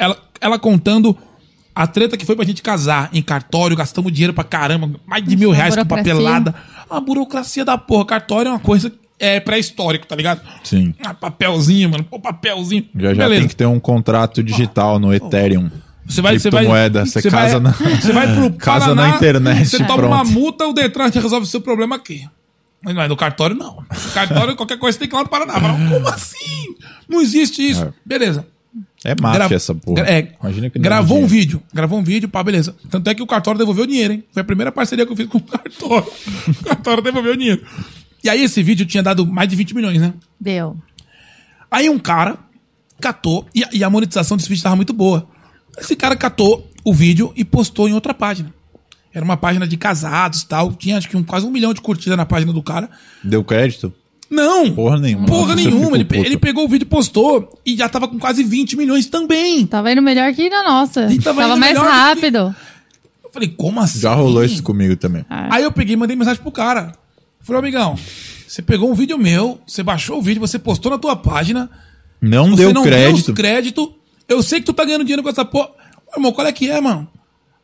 Ela, ela contando a treta que foi pra gente casar em cartório, gastamos dinheiro pra caramba, mais de mil Uma reais com burocracia. papelada. A burocracia da porra, cartório é uma coisa é, pré-histórica, tá ligado? Sim. Ah, papelzinho, mano, pô, papelzinho. Já já tem que ter um contrato digital no Ethereum. Você vai, você vai, Criptomoeda, você casa vai, na- [laughs] Você vai pro Casa Paraná, na internet, Você toma uma pronto. multa, o Detran te resolve o seu problema aqui. Mas não é no cartório, não. No cartório, qualquer coisa você tem que ir lá no Paraná. Fala, Como assim? Não existe isso. É. Beleza. [laughs] É máfia Grava- essa porra. gra- É, Imagina que gravou dá um dinheiro. vídeo. Gravou um vídeo, pá, beleza. Tanto é que o cartório devolveu o dinheiro, hein? Foi a primeira parceria que eu fiz com o cartório. [laughs] o cartório devolveu o dinheiro. E aí esse vídeo tinha dado mais de 20 milhões, né? Deu. Aí um cara catou, e, e a monetização desse vídeo estava muito boa. Esse cara catou o vídeo e postou em outra página. Era uma página de casados e tal. Tinha acho que um, quase um milhão de curtidas na página do cara. Deu crédito? Não! Porra nenhuma. Porra Nossa, eu nenhuma. fico Ele, pe- puto. ele pegou o vídeo e postou e já tava com quase 20 milhões também. Tava indo melhor que na nossa. E Então, tava Tava, indo mais melhor que- rápido. Eu falei, como assim? Já rolou isso comigo também. É. Aí eu peguei e mandei mensagem pro cara. Falei, "Ô, amigão, você pegou um vídeo meu, você baixou o vídeo, você postou na tua página, Não Você deu não crédito. deu os crédito. Eu sei que tu tá ganhando dinheiro com essa porra. Ô, irmão, qual é que é, mano?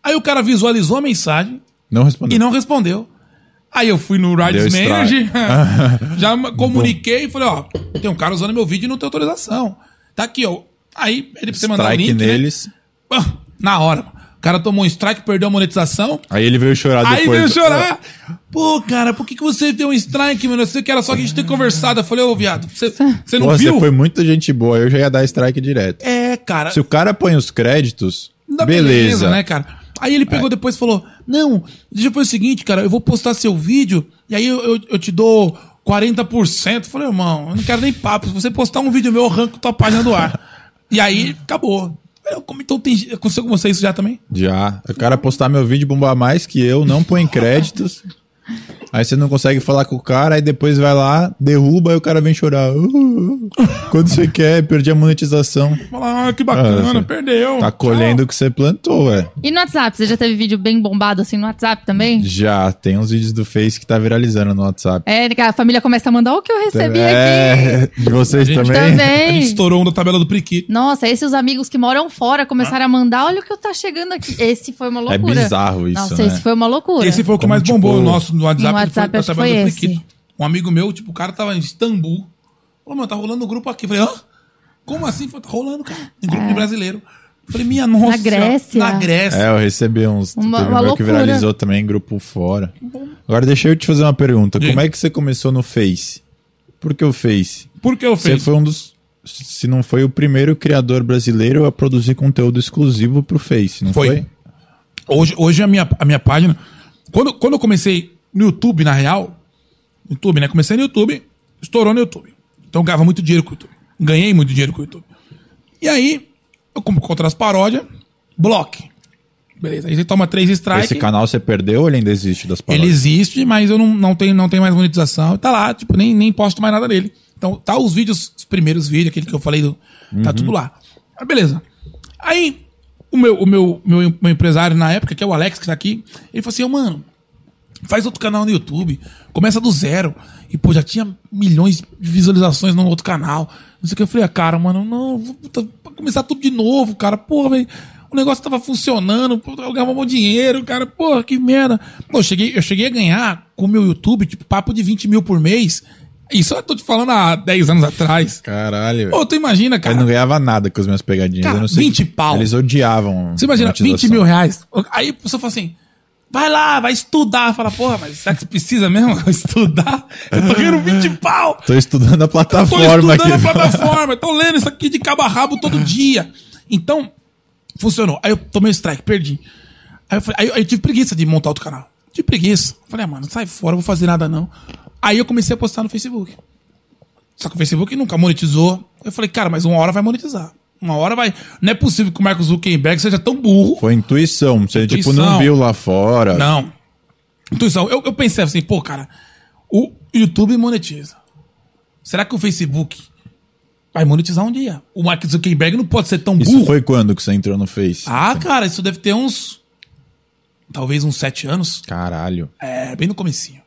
Aí o cara visualizou a mensagem Não respondeu. e não respondeu. Aí eu fui no Rides Deu [laughs] Manager, já ma- comuniquei e falei, ó, tem um cara usando meu vídeo e não tem autorização. Tá aqui, ó. Aí ele precisa mandar o Strike link, né? neles. Pô, Na hora. O cara tomou um strike, perdeu a monetização. Aí ele veio chorar Aí depois. Ah. veio chorar. Pô, cara, por que, que você deu um strike, mano? Eu sei que era só que a gente ter conversado. Eu falei, ô, viado, você você não Pô, viu? Você foi muita gente boa, eu já ia dar strike direto. É, cara. Se o cara põe os créditos, Dá beleza. É. né, cara? Aí ele pegou depois e falou: Não, deixa eu fazer o seguinte, cara, eu vou postar seu vídeo e aí eu, eu, eu te dou 40%. Eu falei, irmão, eu não quero nem papo. Se você postar um vídeo meu, eu arranco tua página do ar. e aí acabou. Eu, como então tem. Aconteceu com você isso já também? Já. O cara postar meu vídeo e bombar mais que eu, não põe créditos. Aí você não consegue falar com o cara, aí depois vai lá, derruba, aí o cara vem chorar. Uh, quando você quer, perdi a monetização. Fala, ah, que bacana, Ah, você perdeu. Tá colhendo o que você plantou, ué. E no WhatsApp, você já teve vídeo bem bombado assim no WhatsApp também? Já, tem uns vídeos do Face que tá viralizando no WhatsApp. É, que a família começa a mandar o que eu recebi aqui. É, de vocês Gente, também? A [laughs] gente Também. estourou um da tabela do Priqui. Nossa, esses amigos que moram fora começaram a mandar, olha o que eu tá chegando aqui. Esse foi uma É loucura. bizarro isso, Nossa, né? esse foi uma loucura. É Esse foi o que Como, mais bombou o tipo, nosso no WhatsApp. no WhatsApp, que a acho que tabela foi do Priquito. esse. Um amigo meu, tipo, o cara tava em Istambul. Falou, meu, tá rolando um grupo aqui. Falei, hã? Como assim? Falei, tá rolando, cara. Em grupo de brasileiro. Falei, minha nossa. senhora, É. Grécia? Na Grécia. É, eu recebi uns. Uma- teve uma um meu que loucura. viralizou também em grupo fora. Agora deixa eu te fazer uma pergunta. Diga. Como é que você começou no Face? Por que o Face? Por que eu Você fiz? foi um dos. Se não foi o primeiro criador brasileiro a produzir conteúdo exclusivo pro Face, não Foi. foi? Hoje, hoje a, minha, a minha página. Quando, quando eu comecei no YouTube, na real. YouTube, né? Comecei no YouTube, estourou no YouTube. Então eu ganhava muito dinheiro com o YouTube. Ganhei muito dinheiro com o YouTube. E aí, eu como contra as paródias, bloque. Beleza. Aí você toma três strikes. Esse canal você perdeu ou ele ainda existe das Ele palavras? existe, mas eu não, não, tenho, não tenho mais monetização. Tá lá, tipo, nem, nem posto mais nada nele. Então, tá os vídeos, os primeiros vídeos, aquele que eu falei, do, tá tudo lá. Mas beleza. Aí, o meu, o meu, meu, meu empresário na época, que é o Alex, que tá aqui, ele falou assim, "Ô, mano, faz outro canal no YouTube, começa do zero. E, pô, já tinha milhões de visualizações no outro canal. Não sei o que. Eu falei, ah, cara, mano, não, vou puta, vou começar tudo de novo, cara. Porra, velho. O negócio tava funcionando, pô, eu ganhava um bom dinheiro, cara. Porra, que merda. Pô, eu cheguei, eu cheguei a ganhar com o meu YouTube, tipo, papo de 20 mil por mês. Isso eu tô te falando há 10 anos atrás. Caralho. velho. Pô, tu imagina, Eu cara. não ganhava nada com as minhas pegadinhas. Cara, eu não sei 20 pau. Eles odiavam. Você imagina, monetização. 20 mil reais. Aí a pessoa fala assim, vai lá, vai estudar. Fala, porra, mas será que precisa mesmo [laughs] estudar? Eu tô ganhando 20 pau. Tô estudando a Tô plataforma estudando aqui. a plataforma, tô lendo isso aqui de cabo a rabo todo dia. Então, funcionou. Aí eu tomei o strike, perdi. Aí eu, falei- aí eu- aí eu tive preguiça de montar outro canal. Tive preguiça. Falei, ah, mano, sai fora, eu vou fazer nada não. Aí eu comecei a postar no Facebook. Só que o Facebook nunca monetizou. Eu falei, cara, mas uma hora vai monetizar. Uma hora vai. Não é possível que o Marcos Zuckerberg seja tão burro. [laughs] Foi intuição. Você, tipo, Intuição. não viu lá fora. Não. Intuição. Eu, eu pensei assim, pô, cara, o YouTube monetiza. Será que o Facebook vai monetizar um dia? O Mark Zuckerberg não pode ser tão Isso burro. foi quando que você entrou no Face? Ah, cara, isso deve ter uns. Talvez uns sete anos. Caralho. É, bem no comecinho.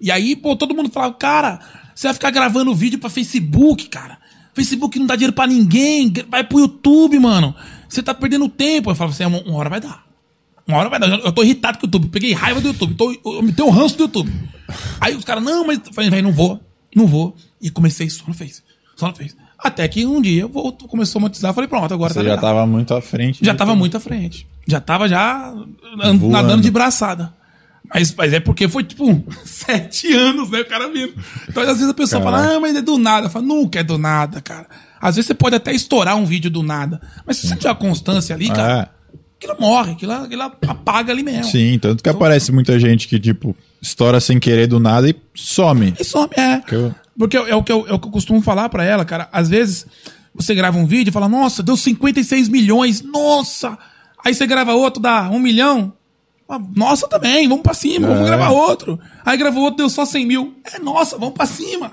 E aí, pô, todo mundo falava, cara, você vai ficar gravando vídeo pra Facebook, cara. Facebook não dá dinheiro pra ninguém, gra- vai pro YouTube, mano. Você tá perdendo tempo. Eu falava assim, uma, uma hora vai dar. Uma hora vai dar. Eu eu tô irritado com o YouTube. Peguei raiva do YouTube. Tô, eu, eu me tenho um ranço do YouTube. Aí os caras, não, mas... Eu falei, velho, não vou. Não vou. E comecei só no Face. Só no Face. Até que um dia eu vou, começou a monetizar. eu Falei, pronto, agora Você já legal. tava muito à frente. tá Já tá do tava tempo. muito à frente. Já tava já an- Voando. nadando de braçada. Mas, mas é porque foi tipo [laughs] sete anos, né? O cara vindo. Então, às vezes a pessoa fala, Caraca. ah, mas é do nada. Fala, nunca é do nada, cara. Às vezes você pode até estourar um vídeo do nada. Mas se você tiver a constância ali, cara, Ah, aquilo morre, aquilo, aquilo apaga ali mesmo. sim, tanto que Então- aparece muita gente que, tipo, estoura sem querer do nada e some. E some, é. eu- Porque é o, que eu, é o que eu costumo falar pra ela, cara. Às vezes você grava um vídeo e fala, nossa, deu 56 milhões, nossa! Aí você grava outro, dá um milhão. Ah, Nossa, também, vamos pra cima, vamos É. gravar outro. Aí gravou outro, deu só 100 mil. É, nossa, vamos pra cima.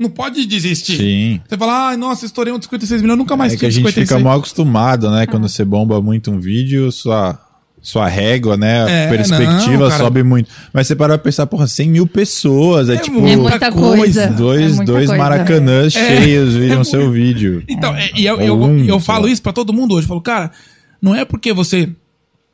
Não pode desistir. Sim. Você fala, ai, nossa, estourei um de 56 milhões, nunca mais É que a gente 56. fica mal acostumado, Ah. né? Quando você bomba muito um vídeo, sua, sua régua, né? A É, perspectiva não, cara. sobe muito. Mas você para pra pensar, porra, 100 mil pessoas. É, É tipo, É muita coisa. é dois, muita dois coisa. maracanãs cheios [laughs] viram seu vídeo. É Então, é, e eu, Ou eu, um, eu sei falo lá. isso pra todo mundo hoje. Eu falo, cara, não é porque você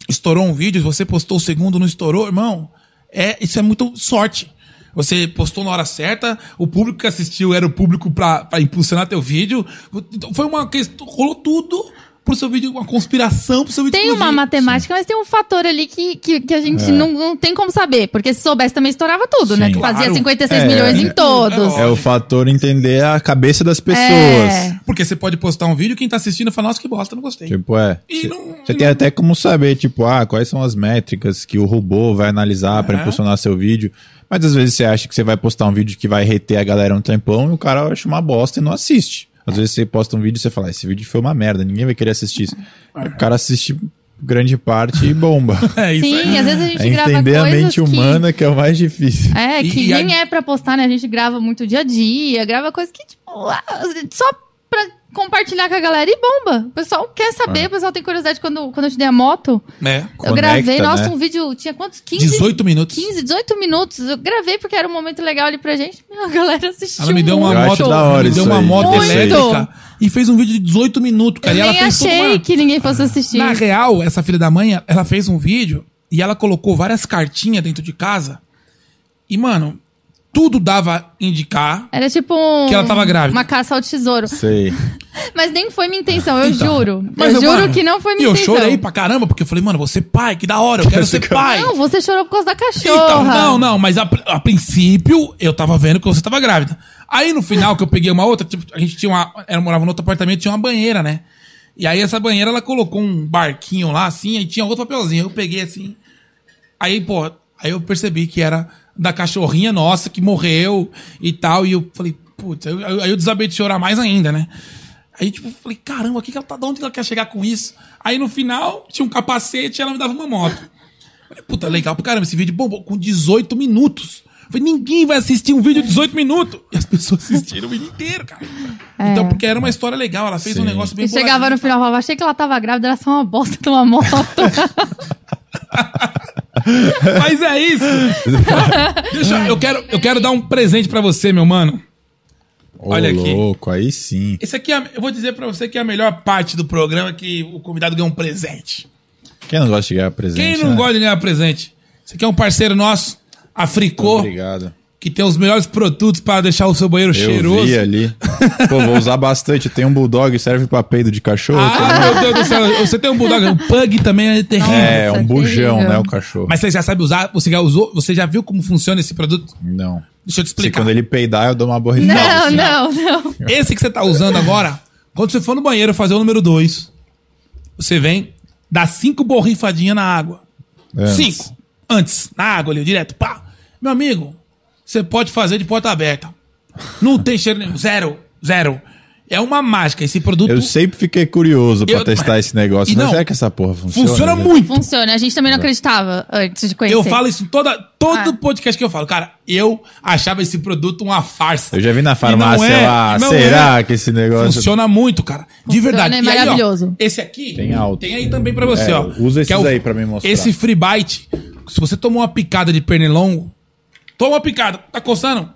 estourou um vídeo, você postou o segundo, não estourou, irmão. É, isso é muito sorte. Você postou na hora certa, o público que assistiu era o público pra, pra impulsionar teu vídeo. Então, foi uma questão, rolou tudo pro seu vídeo, uma conspiração pro seu vídeo. Tem uma explodir. matemática, mas tem um fator ali que, que, que a gente não, não tem como saber. Porque se soubesse também estourava tudo, né? É. Sim. Que fazia Claro. 56 É. milhões em todos. É o fator entender a cabeça das pessoas. É. Porque você pode postar um vídeo, quem tá assistindo fala, nossa, que bosta, não gostei. Tipo, é. E Você não- você e tem não- até como saber, tipo, ah, quais são as métricas que o robô vai analisar pra impulsionar seu vídeo. Mas às vezes você acha que você vai postar um vídeo que vai reter a galera um tempão e o cara acha uma bosta e não "Ah, assiste. Às vezes você posta um vídeo e você fala, esse vídeo foi uma merda, ninguém vai querer assistir isso. Aí O cara assiste grande parte [laughs] e bomba. É isso aí. Sim, às vezes a gente É grava entender a coisas mente que- humana que é o mais difícil. É, E- que e a- nem é pra postar, né? A gente grava muito dia a dia, grava coisa que, tipo, ah, só pra compartilhar com a galera e bomba. O pessoal quer saber, o pessoal tem curiosidade quando, quando eu te dei a moto. É. eu É. Conecta, gravei, nossa, né? um vídeo, tinha quantos? 15? 18 minutos. 15, 18 minutos. Eu gravei porque era um momento legal ali pra gente. Meu, a galera assistiu. Ela me deu uma Eu moto, acho da hora me deu isso uma aí. moto Muito. elétrica e fez um vídeo de 18 minutos, cara. Eu e ela nem fez toda achei uma- que ninguém fosse assistir. Na real, essa filha da mãe, ela fez um vídeo e ela colocou várias cartinhas dentro de casa. E, mano, tudo dava a indicar. Era tipo um, Que ela tava grávida. uma caça ao tesouro. Sei. Mas nem foi minha intenção, eu Então, juro. mas eu, juro mano, que não foi E minha eu intenção. chorei pra caramba, porque eu falei, mano, você é pai, que da hora, eu quero ser pai. Não, você chorou por causa da cachorra. Então, não, não, mas a, pr- a princípio eu tava vendo que você tava grávida. Aí no final que eu peguei uma outra, tipo, a gente tinha uma. Ela morava no outro apartamento, tinha uma banheira, né? E aí essa banheira ela colocou um barquinho lá assim, aí tinha outro papelzinho. Eu peguei assim. Aí, pô, aí eu percebi que era da cachorrinha nossa que morreu e tal. E eu falei, putz, aí eu- aí eu desabei de chorar mais ainda, né? Aí, tipo, eu falei, caramba, o que, que ela tá de onde ela quer chegar com isso? Aí no final tinha um capacete e ela me dava uma moto. Falei, puta, legal pra caramba, esse vídeo bombou com 18 minutos. Falei, ninguém vai assistir um vídeo de 18 minutos. E as pessoas assistiram o vídeo inteiro, cara. Então, porque era uma história legal, ela fez um negócio bem É. E chegava no boladinho. final e falava, achei que ela tava grávida, era só uma bosta de uma [laughs] moto. Mas é [laughs] isso. Deixa, eu quero, eu quero dar um presente pra você, meu mano. Olha Olha aqui. louco, aí sim. Esse aqui, é- eu vou dizer pra você que é a melhor parte do programa que o convidado ganha um presente. Quem não gosta de ganhar presente? Quem não né? gosta de ganhar presente? Esse aqui é um parceiro nosso, a Fricô, Obrigado. que tem os melhores produtos para deixar o seu banheiro Eu cheiroso. vi ali. Pô, vou usar bastante. Tem um bulldog, serve pra peido de cachorro. Ah, meu Deus do céu. Você tem um bulldog, um pug também é terrível. tem- É, Nossa, um bujão, terrível. né, o cachorro. Mas você já sabe usar, você já usou, você já viu como funciona esse produto? Não. Deixa eu te Se explicar. quando ele peidar, eu dou uma borrifada. não, assim. não, não. Esse que você tá usando agora, quando você for no banheiro fazer o número 2, você vem, dá cinco borrifadinhas na água. Antes. Cinco. Antes, na água ali, direto. Pá. Meu amigo, você pode fazer de porta aberta. Não tem cheiro nenhum. Zero. Zero. É uma mágica. Esse produto Eu sempre fiquei curioso pra Eu- testar esse negócio. E Mas não. será que essa porra funciona? funciona né? muito. Funciona, a gente também não acreditava antes de conhecer. Eu falo isso em toda, todo Ah. podcast que eu falo. Cara, eu achava esse produto uma farsa. Eu já vi na E não farmácia é, lá. e não Será é. que esse negócio. Funciona muito, cara. De verdade. é E aí, ó, maravilhoso. esse aqui Tem alto. aí também pra você, É, ó. usa Que é esses aí pra me mostrar. Esse free bite, se você tomou uma picada de pernilongo, toma uma picada, tá coçando?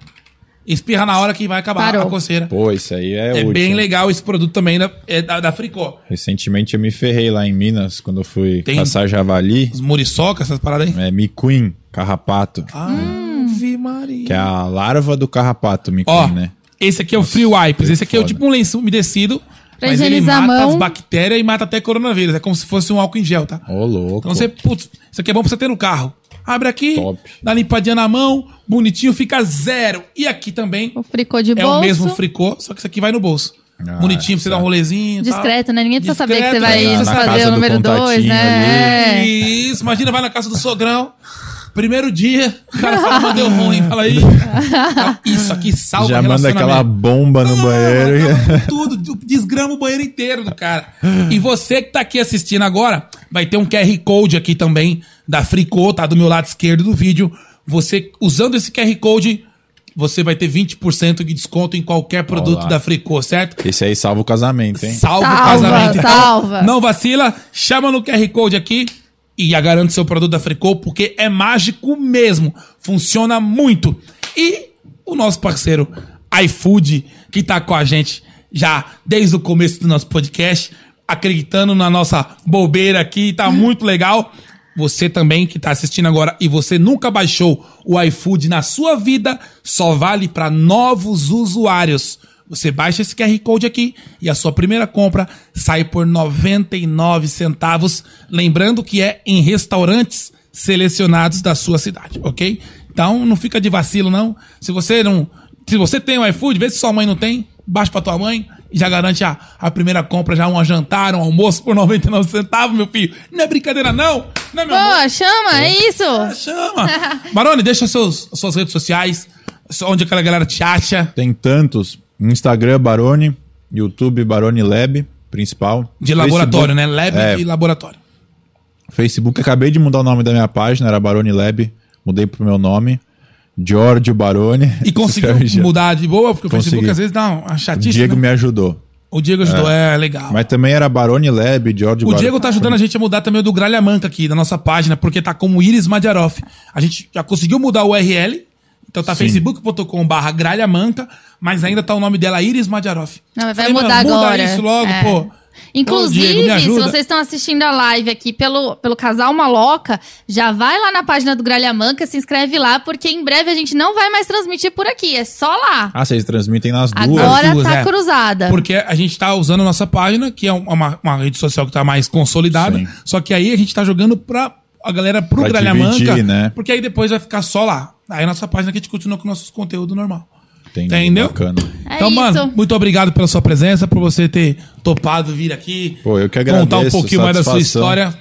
Espirra na hora que vai acabar Parou. a coceira. Pô, isso aí é, é útil. bem legal esse produto também da, é da, da Fricó. Recentemente eu me ferrei lá em Minas, quando eu fui Tem- caçar javali. Os muriçoca, essas paradas aí. É micuim, carrapato. Ah. Hum. Ave Maria. Que é a larva do carrapato, micuim, Ó, né? esse aqui é o Free Wipes. Esse aqui é o foda. tipo um lenço umedecido. Pra mas ele higienizar mata a mão. as bactérias e mata até coronavírus. É como se fosse um álcool em gel, tá? Ô, louco. Então você, putz, isso aqui é bom pra você ter no carro. Abre aqui, Top. dá limpadinha na mão, bonitinho, fica zero. E aqui também O fricô de é bolso. o mesmo fricô, só que isso aqui vai no bolso. Ah, bonitinho, pra você dar um rolezinho. e tal. Discreto, né? Ninguém precisa saber que você Discreto, vai né? Na- na fazer casa o do número dois, contatinho né? É. Isso, imagina, vai na casa do sogrão. Primeiro dia, o cara fala, mas deu ruim, fala [laughs] aí. Isso aqui salva Já manda aquela relacionamento. bomba no banheiro. Não, acaba Tá com tudo, desgrama o banheiro inteiro do cara. E você que tá aqui assistindo agora, vai ter um QR Code aqui também da Fricô, tá do meu lado esquerdo do vídeo. Você, usando esse QR Code, você vai ter 20% de desconto em qualquer produto Olá. da Fricô, certo? [laughs] Esse aí salva o casamento, hein? Salva, o Salva, casamento. Então, salva. não vacila, chama no QR Code aqui e já garante seu produto da Fricô, porque é mágico mesmo. Funciona muito. E o nosso parceiro iFood, que tá com a gente já desde o começo do nosso podcast, acreditando na nossa bobeira aqui, tá muito legal. Você também que tá assistindo agora e você nunca baixou o iFood na sua vida, só vale para novos usuários. Você baixa esse QR Code aqui e a sua primeira compra sai por 99 centavos. Lembrando que é em restaurantes selecionados da sua cidade, ok? Então não fica de vacilo, não. Se você não. Se você tem o iFood, vê se sua mãe não tem, baixa pra tua mãe e já garante a, a primeira compra, já um jantar, um almoço por [laughs] 99 centavos, meu filho. Não é brincadeira, não! Não é meu amor? Pô, chama, é isso. Chama! [laughs] Barone, deixa seus, suas redes sociais, onde aquela galera te acha. Tem tantos. Instagram Barone, YouTube Barone Lab, principal. De laboratório, Facebook- né? Lab É, de laboratório. Facebook. Acabei de mudar o nome da minha página, era Barone Lab. Mudei pro meu nome. Giorgio Barone. [laughs] E conseguiu Escreve- mudar de boa, porque o Facebook Consegui. às vezes dá uma O chatice. Diego né? me ajudou. O Diego ajudou, é, legal. Mas também era Barone Lab, Giorgio O Barone. Diego tá ajudando a gente a mudar também o do Gralha Manca aqui, da nossa página, porque tá como Iris Madiaroff. A gente já conseguiu mudar o URL, então tá facebook.com barra Gralha Manca, mas ainda tá o nome dela Iris Madiaroff. Não, mas vai Falei, mudar mano, agora. Muda isso logo, É. pô. Inclusive, Diego, me se ajuda. vocês estão assistindo a live aqui pelo, pelo Casal Maloca, já vai lá na página do Gralha Manca, se inscreve lá, porque em breve a gente não vai mais transmitir por aqui, é só lá. Ah, vocês transmitem nas duas? Agora As duas, tá é. cruzada. Porque a gente tá usando a nossa página, que é uma, uma rede social que tá mais consolidada. Sim. Só que aí a gente tá jogando pra a galera pro Pra Gralha dividir, Manca, né? porque aí depois vai ficar só lá. Aí a nossa página que a gente continua com nossos conteúdos normal. Entendi, Entendeu? Bacana. É então, mano, isso. muito obrigado pela sua presença, por você ter topado vir aqui. Pô, eu que Contar um agradeço, pouquinho mais da sua satisfação. história.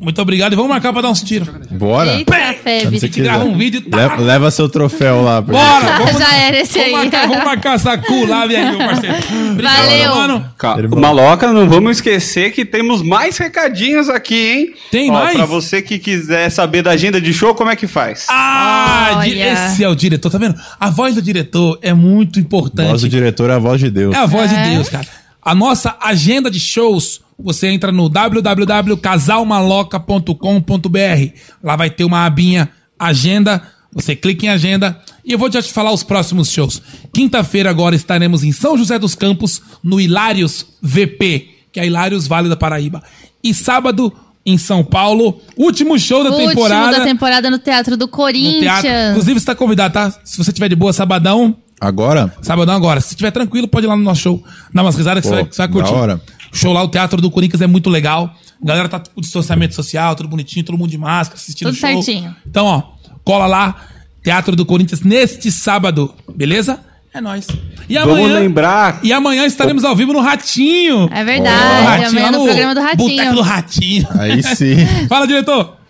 Muito obrigado e vamos marcar pra dar uns tiros. Bora. Eita, Quando Feb. você gente grava quiser. um vídeo, tá? leva, leva seu troféu lá. pra Bora! Vamos, Já era esse vamos aí. Marcar, vamos marcar essa cu lá, velho, meu [laughs] parceiro. Obrigado, Valeu. mano. Ca- Ele falou. Maloca, não vamos esquecer que temos mais recadinhos aqui, hein? Tem mais? Pra você que quiser saber da agenda de show, como é que faz? Ah, di- Olha. esse é o diretor, tá vendo? A voz do diretor é muito A importante. voz do diretor é a voz de Deus. É a voz de Deus, cara. A nossa agenda de shows, você entra no www.casalmaloca.com.br. Lá vai ter uma abinha agenda, você clica em agenda e eu vou já te falar os próximos shows. Quinta-feira agora estaremos em São José dos Campos, no Hilários VP, que é Hilários Vale da Paraíba. E sábado em São Paulo, último show da Último temporada. da temporada no Teatro do no teatro. Corinthians. Inclusive, você tá convidado, tá? Se você tiver de boa, sabadão, Agora, Sabadão agora. Se tiver tranquilo, pode ir lá no nosso show. Dá umas risadas que Pô, você, vai, você vai da curtir. hora. O show lá, o Teatro do Corinthians é muito legal. A galera tá com distanciamento social, tudo bonitinho, todo mundo de máscara, assistindo Tudo o show. certinho. Então, ó, cola lá, Teatro do Corinthians, neste sábado, beleza? É nóis. E Vamos amanhã, lembrar. e amanhã estaremos ao vivo no Ratinho. É O verdade, amanhã lá no programa do Boteco Ratinho. do Ratinho. [laughs] aí sim. Fala, diretor.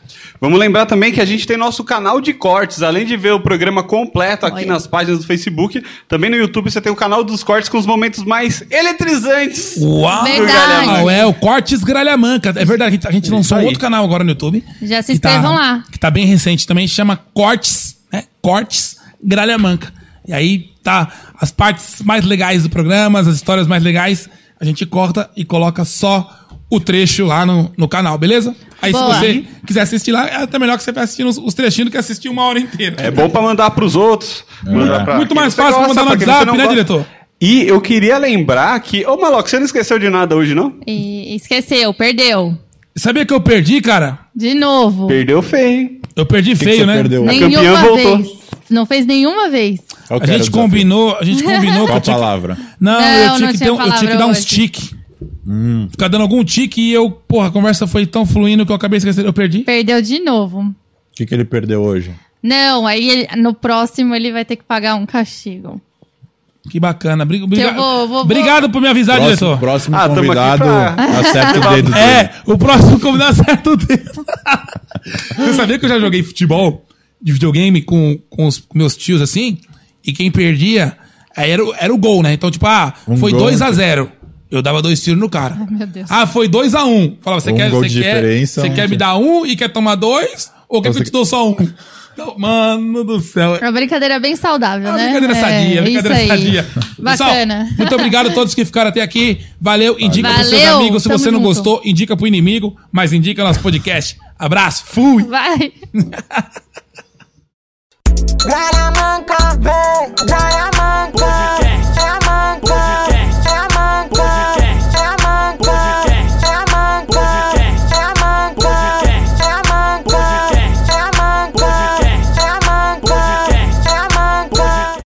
Vamos lembrar também que a gente tem nosso canal de cortes. Além de ver o programa completo aqui nas páginas do Facebook, também no YouTube você tem o canal dos cortes com os momentos mais eletrizantes. Uau! Verdade. Uau, é o Cortes Gralhamanca. É verdade, a gente, a gente lançou um aí. outro canal agora no YouTube. Já se que tá- inscrevam lá. Que tá bem recente também, chama Cortes, né? Cortes Gralhamanca. E aí tá as partes mais legais do programa, as histórias mais legais, a gente corta e coloca só o trecho lá no, no canal, beleza? Aí Boa. se você quiser assistir lá, é até melhor que você vai assistindo os, os trechinhos do que assistir uma hora inteira. É bom pra mandar pros outros. mandar pra É. Muito quem mais você fácil pra gosta, mandar no quem WhatsApp, você não né, gosta. diretor? E eu queria lembrar que. Ô, Maloca, você não esqueceu de nada hoje, não? E esqueceu, perdeu. Sabia que eu perdi, cara? De novo. Perdeu feio, hein? Eu perdi que feio, você né? perdeu? Nem- Nenhuma campeã voltou. vez. Não fez nenhuma vez. Qual que A era o gente desafio? combinou, a [laughs] gente combinou que Qual eu a tinha que- palavra? Não, Não, eu, tinha não que tinha ter um- eu tinha que palavra dar uns hoje. tique. Ficar dando algum tique e eu, porra, a conversa foi tão fluindo que eu acabei esquecendo, eu perdi. Perdeu de novo. O que, que ele perdeu hoje? Não, aí ele- no próximo ele vai ter que pagar um castigo. Que bacana. Bri- briga- eu vou- vou- Obrigado por me avisar, Próximo, diretor. próximo Ah, tamo aqui convidado pra- acerta [laughs] o dedo dele. É, o próximo convidado certo tempo. Você sabia que eu já joguei futebol de videogame com, com os com meus tios assim? E quem perdia aí era, o- era o gol, né? Então, tipo, ah, Um foi gol, 2x0. Eu dava dois tiros no cara. meu Deus. Ah, foi 2x1. Um. Falava, você Um quer, gol você de quer, diferença, você um quer me tiro. dar um e quer tomar dois? Ou quer que eu te dou só [laughs] um? Então, mano do céu. É Uma brincadeira bem saudável, É uma né? brincadeira É, sadia, brincadeira isso aí. [laughs] sadia. Bacana. Pessoal, muito obrigado a todos que ficaram até aqui. Valeu, indica pros seus Valeu, amigos. Se tamo você não junto. gostou, indica pro inimigo, mas indica nosso podcast. Abraço, [laughs] fui! Vai. Gralha Manca, vem, Gralha Manca.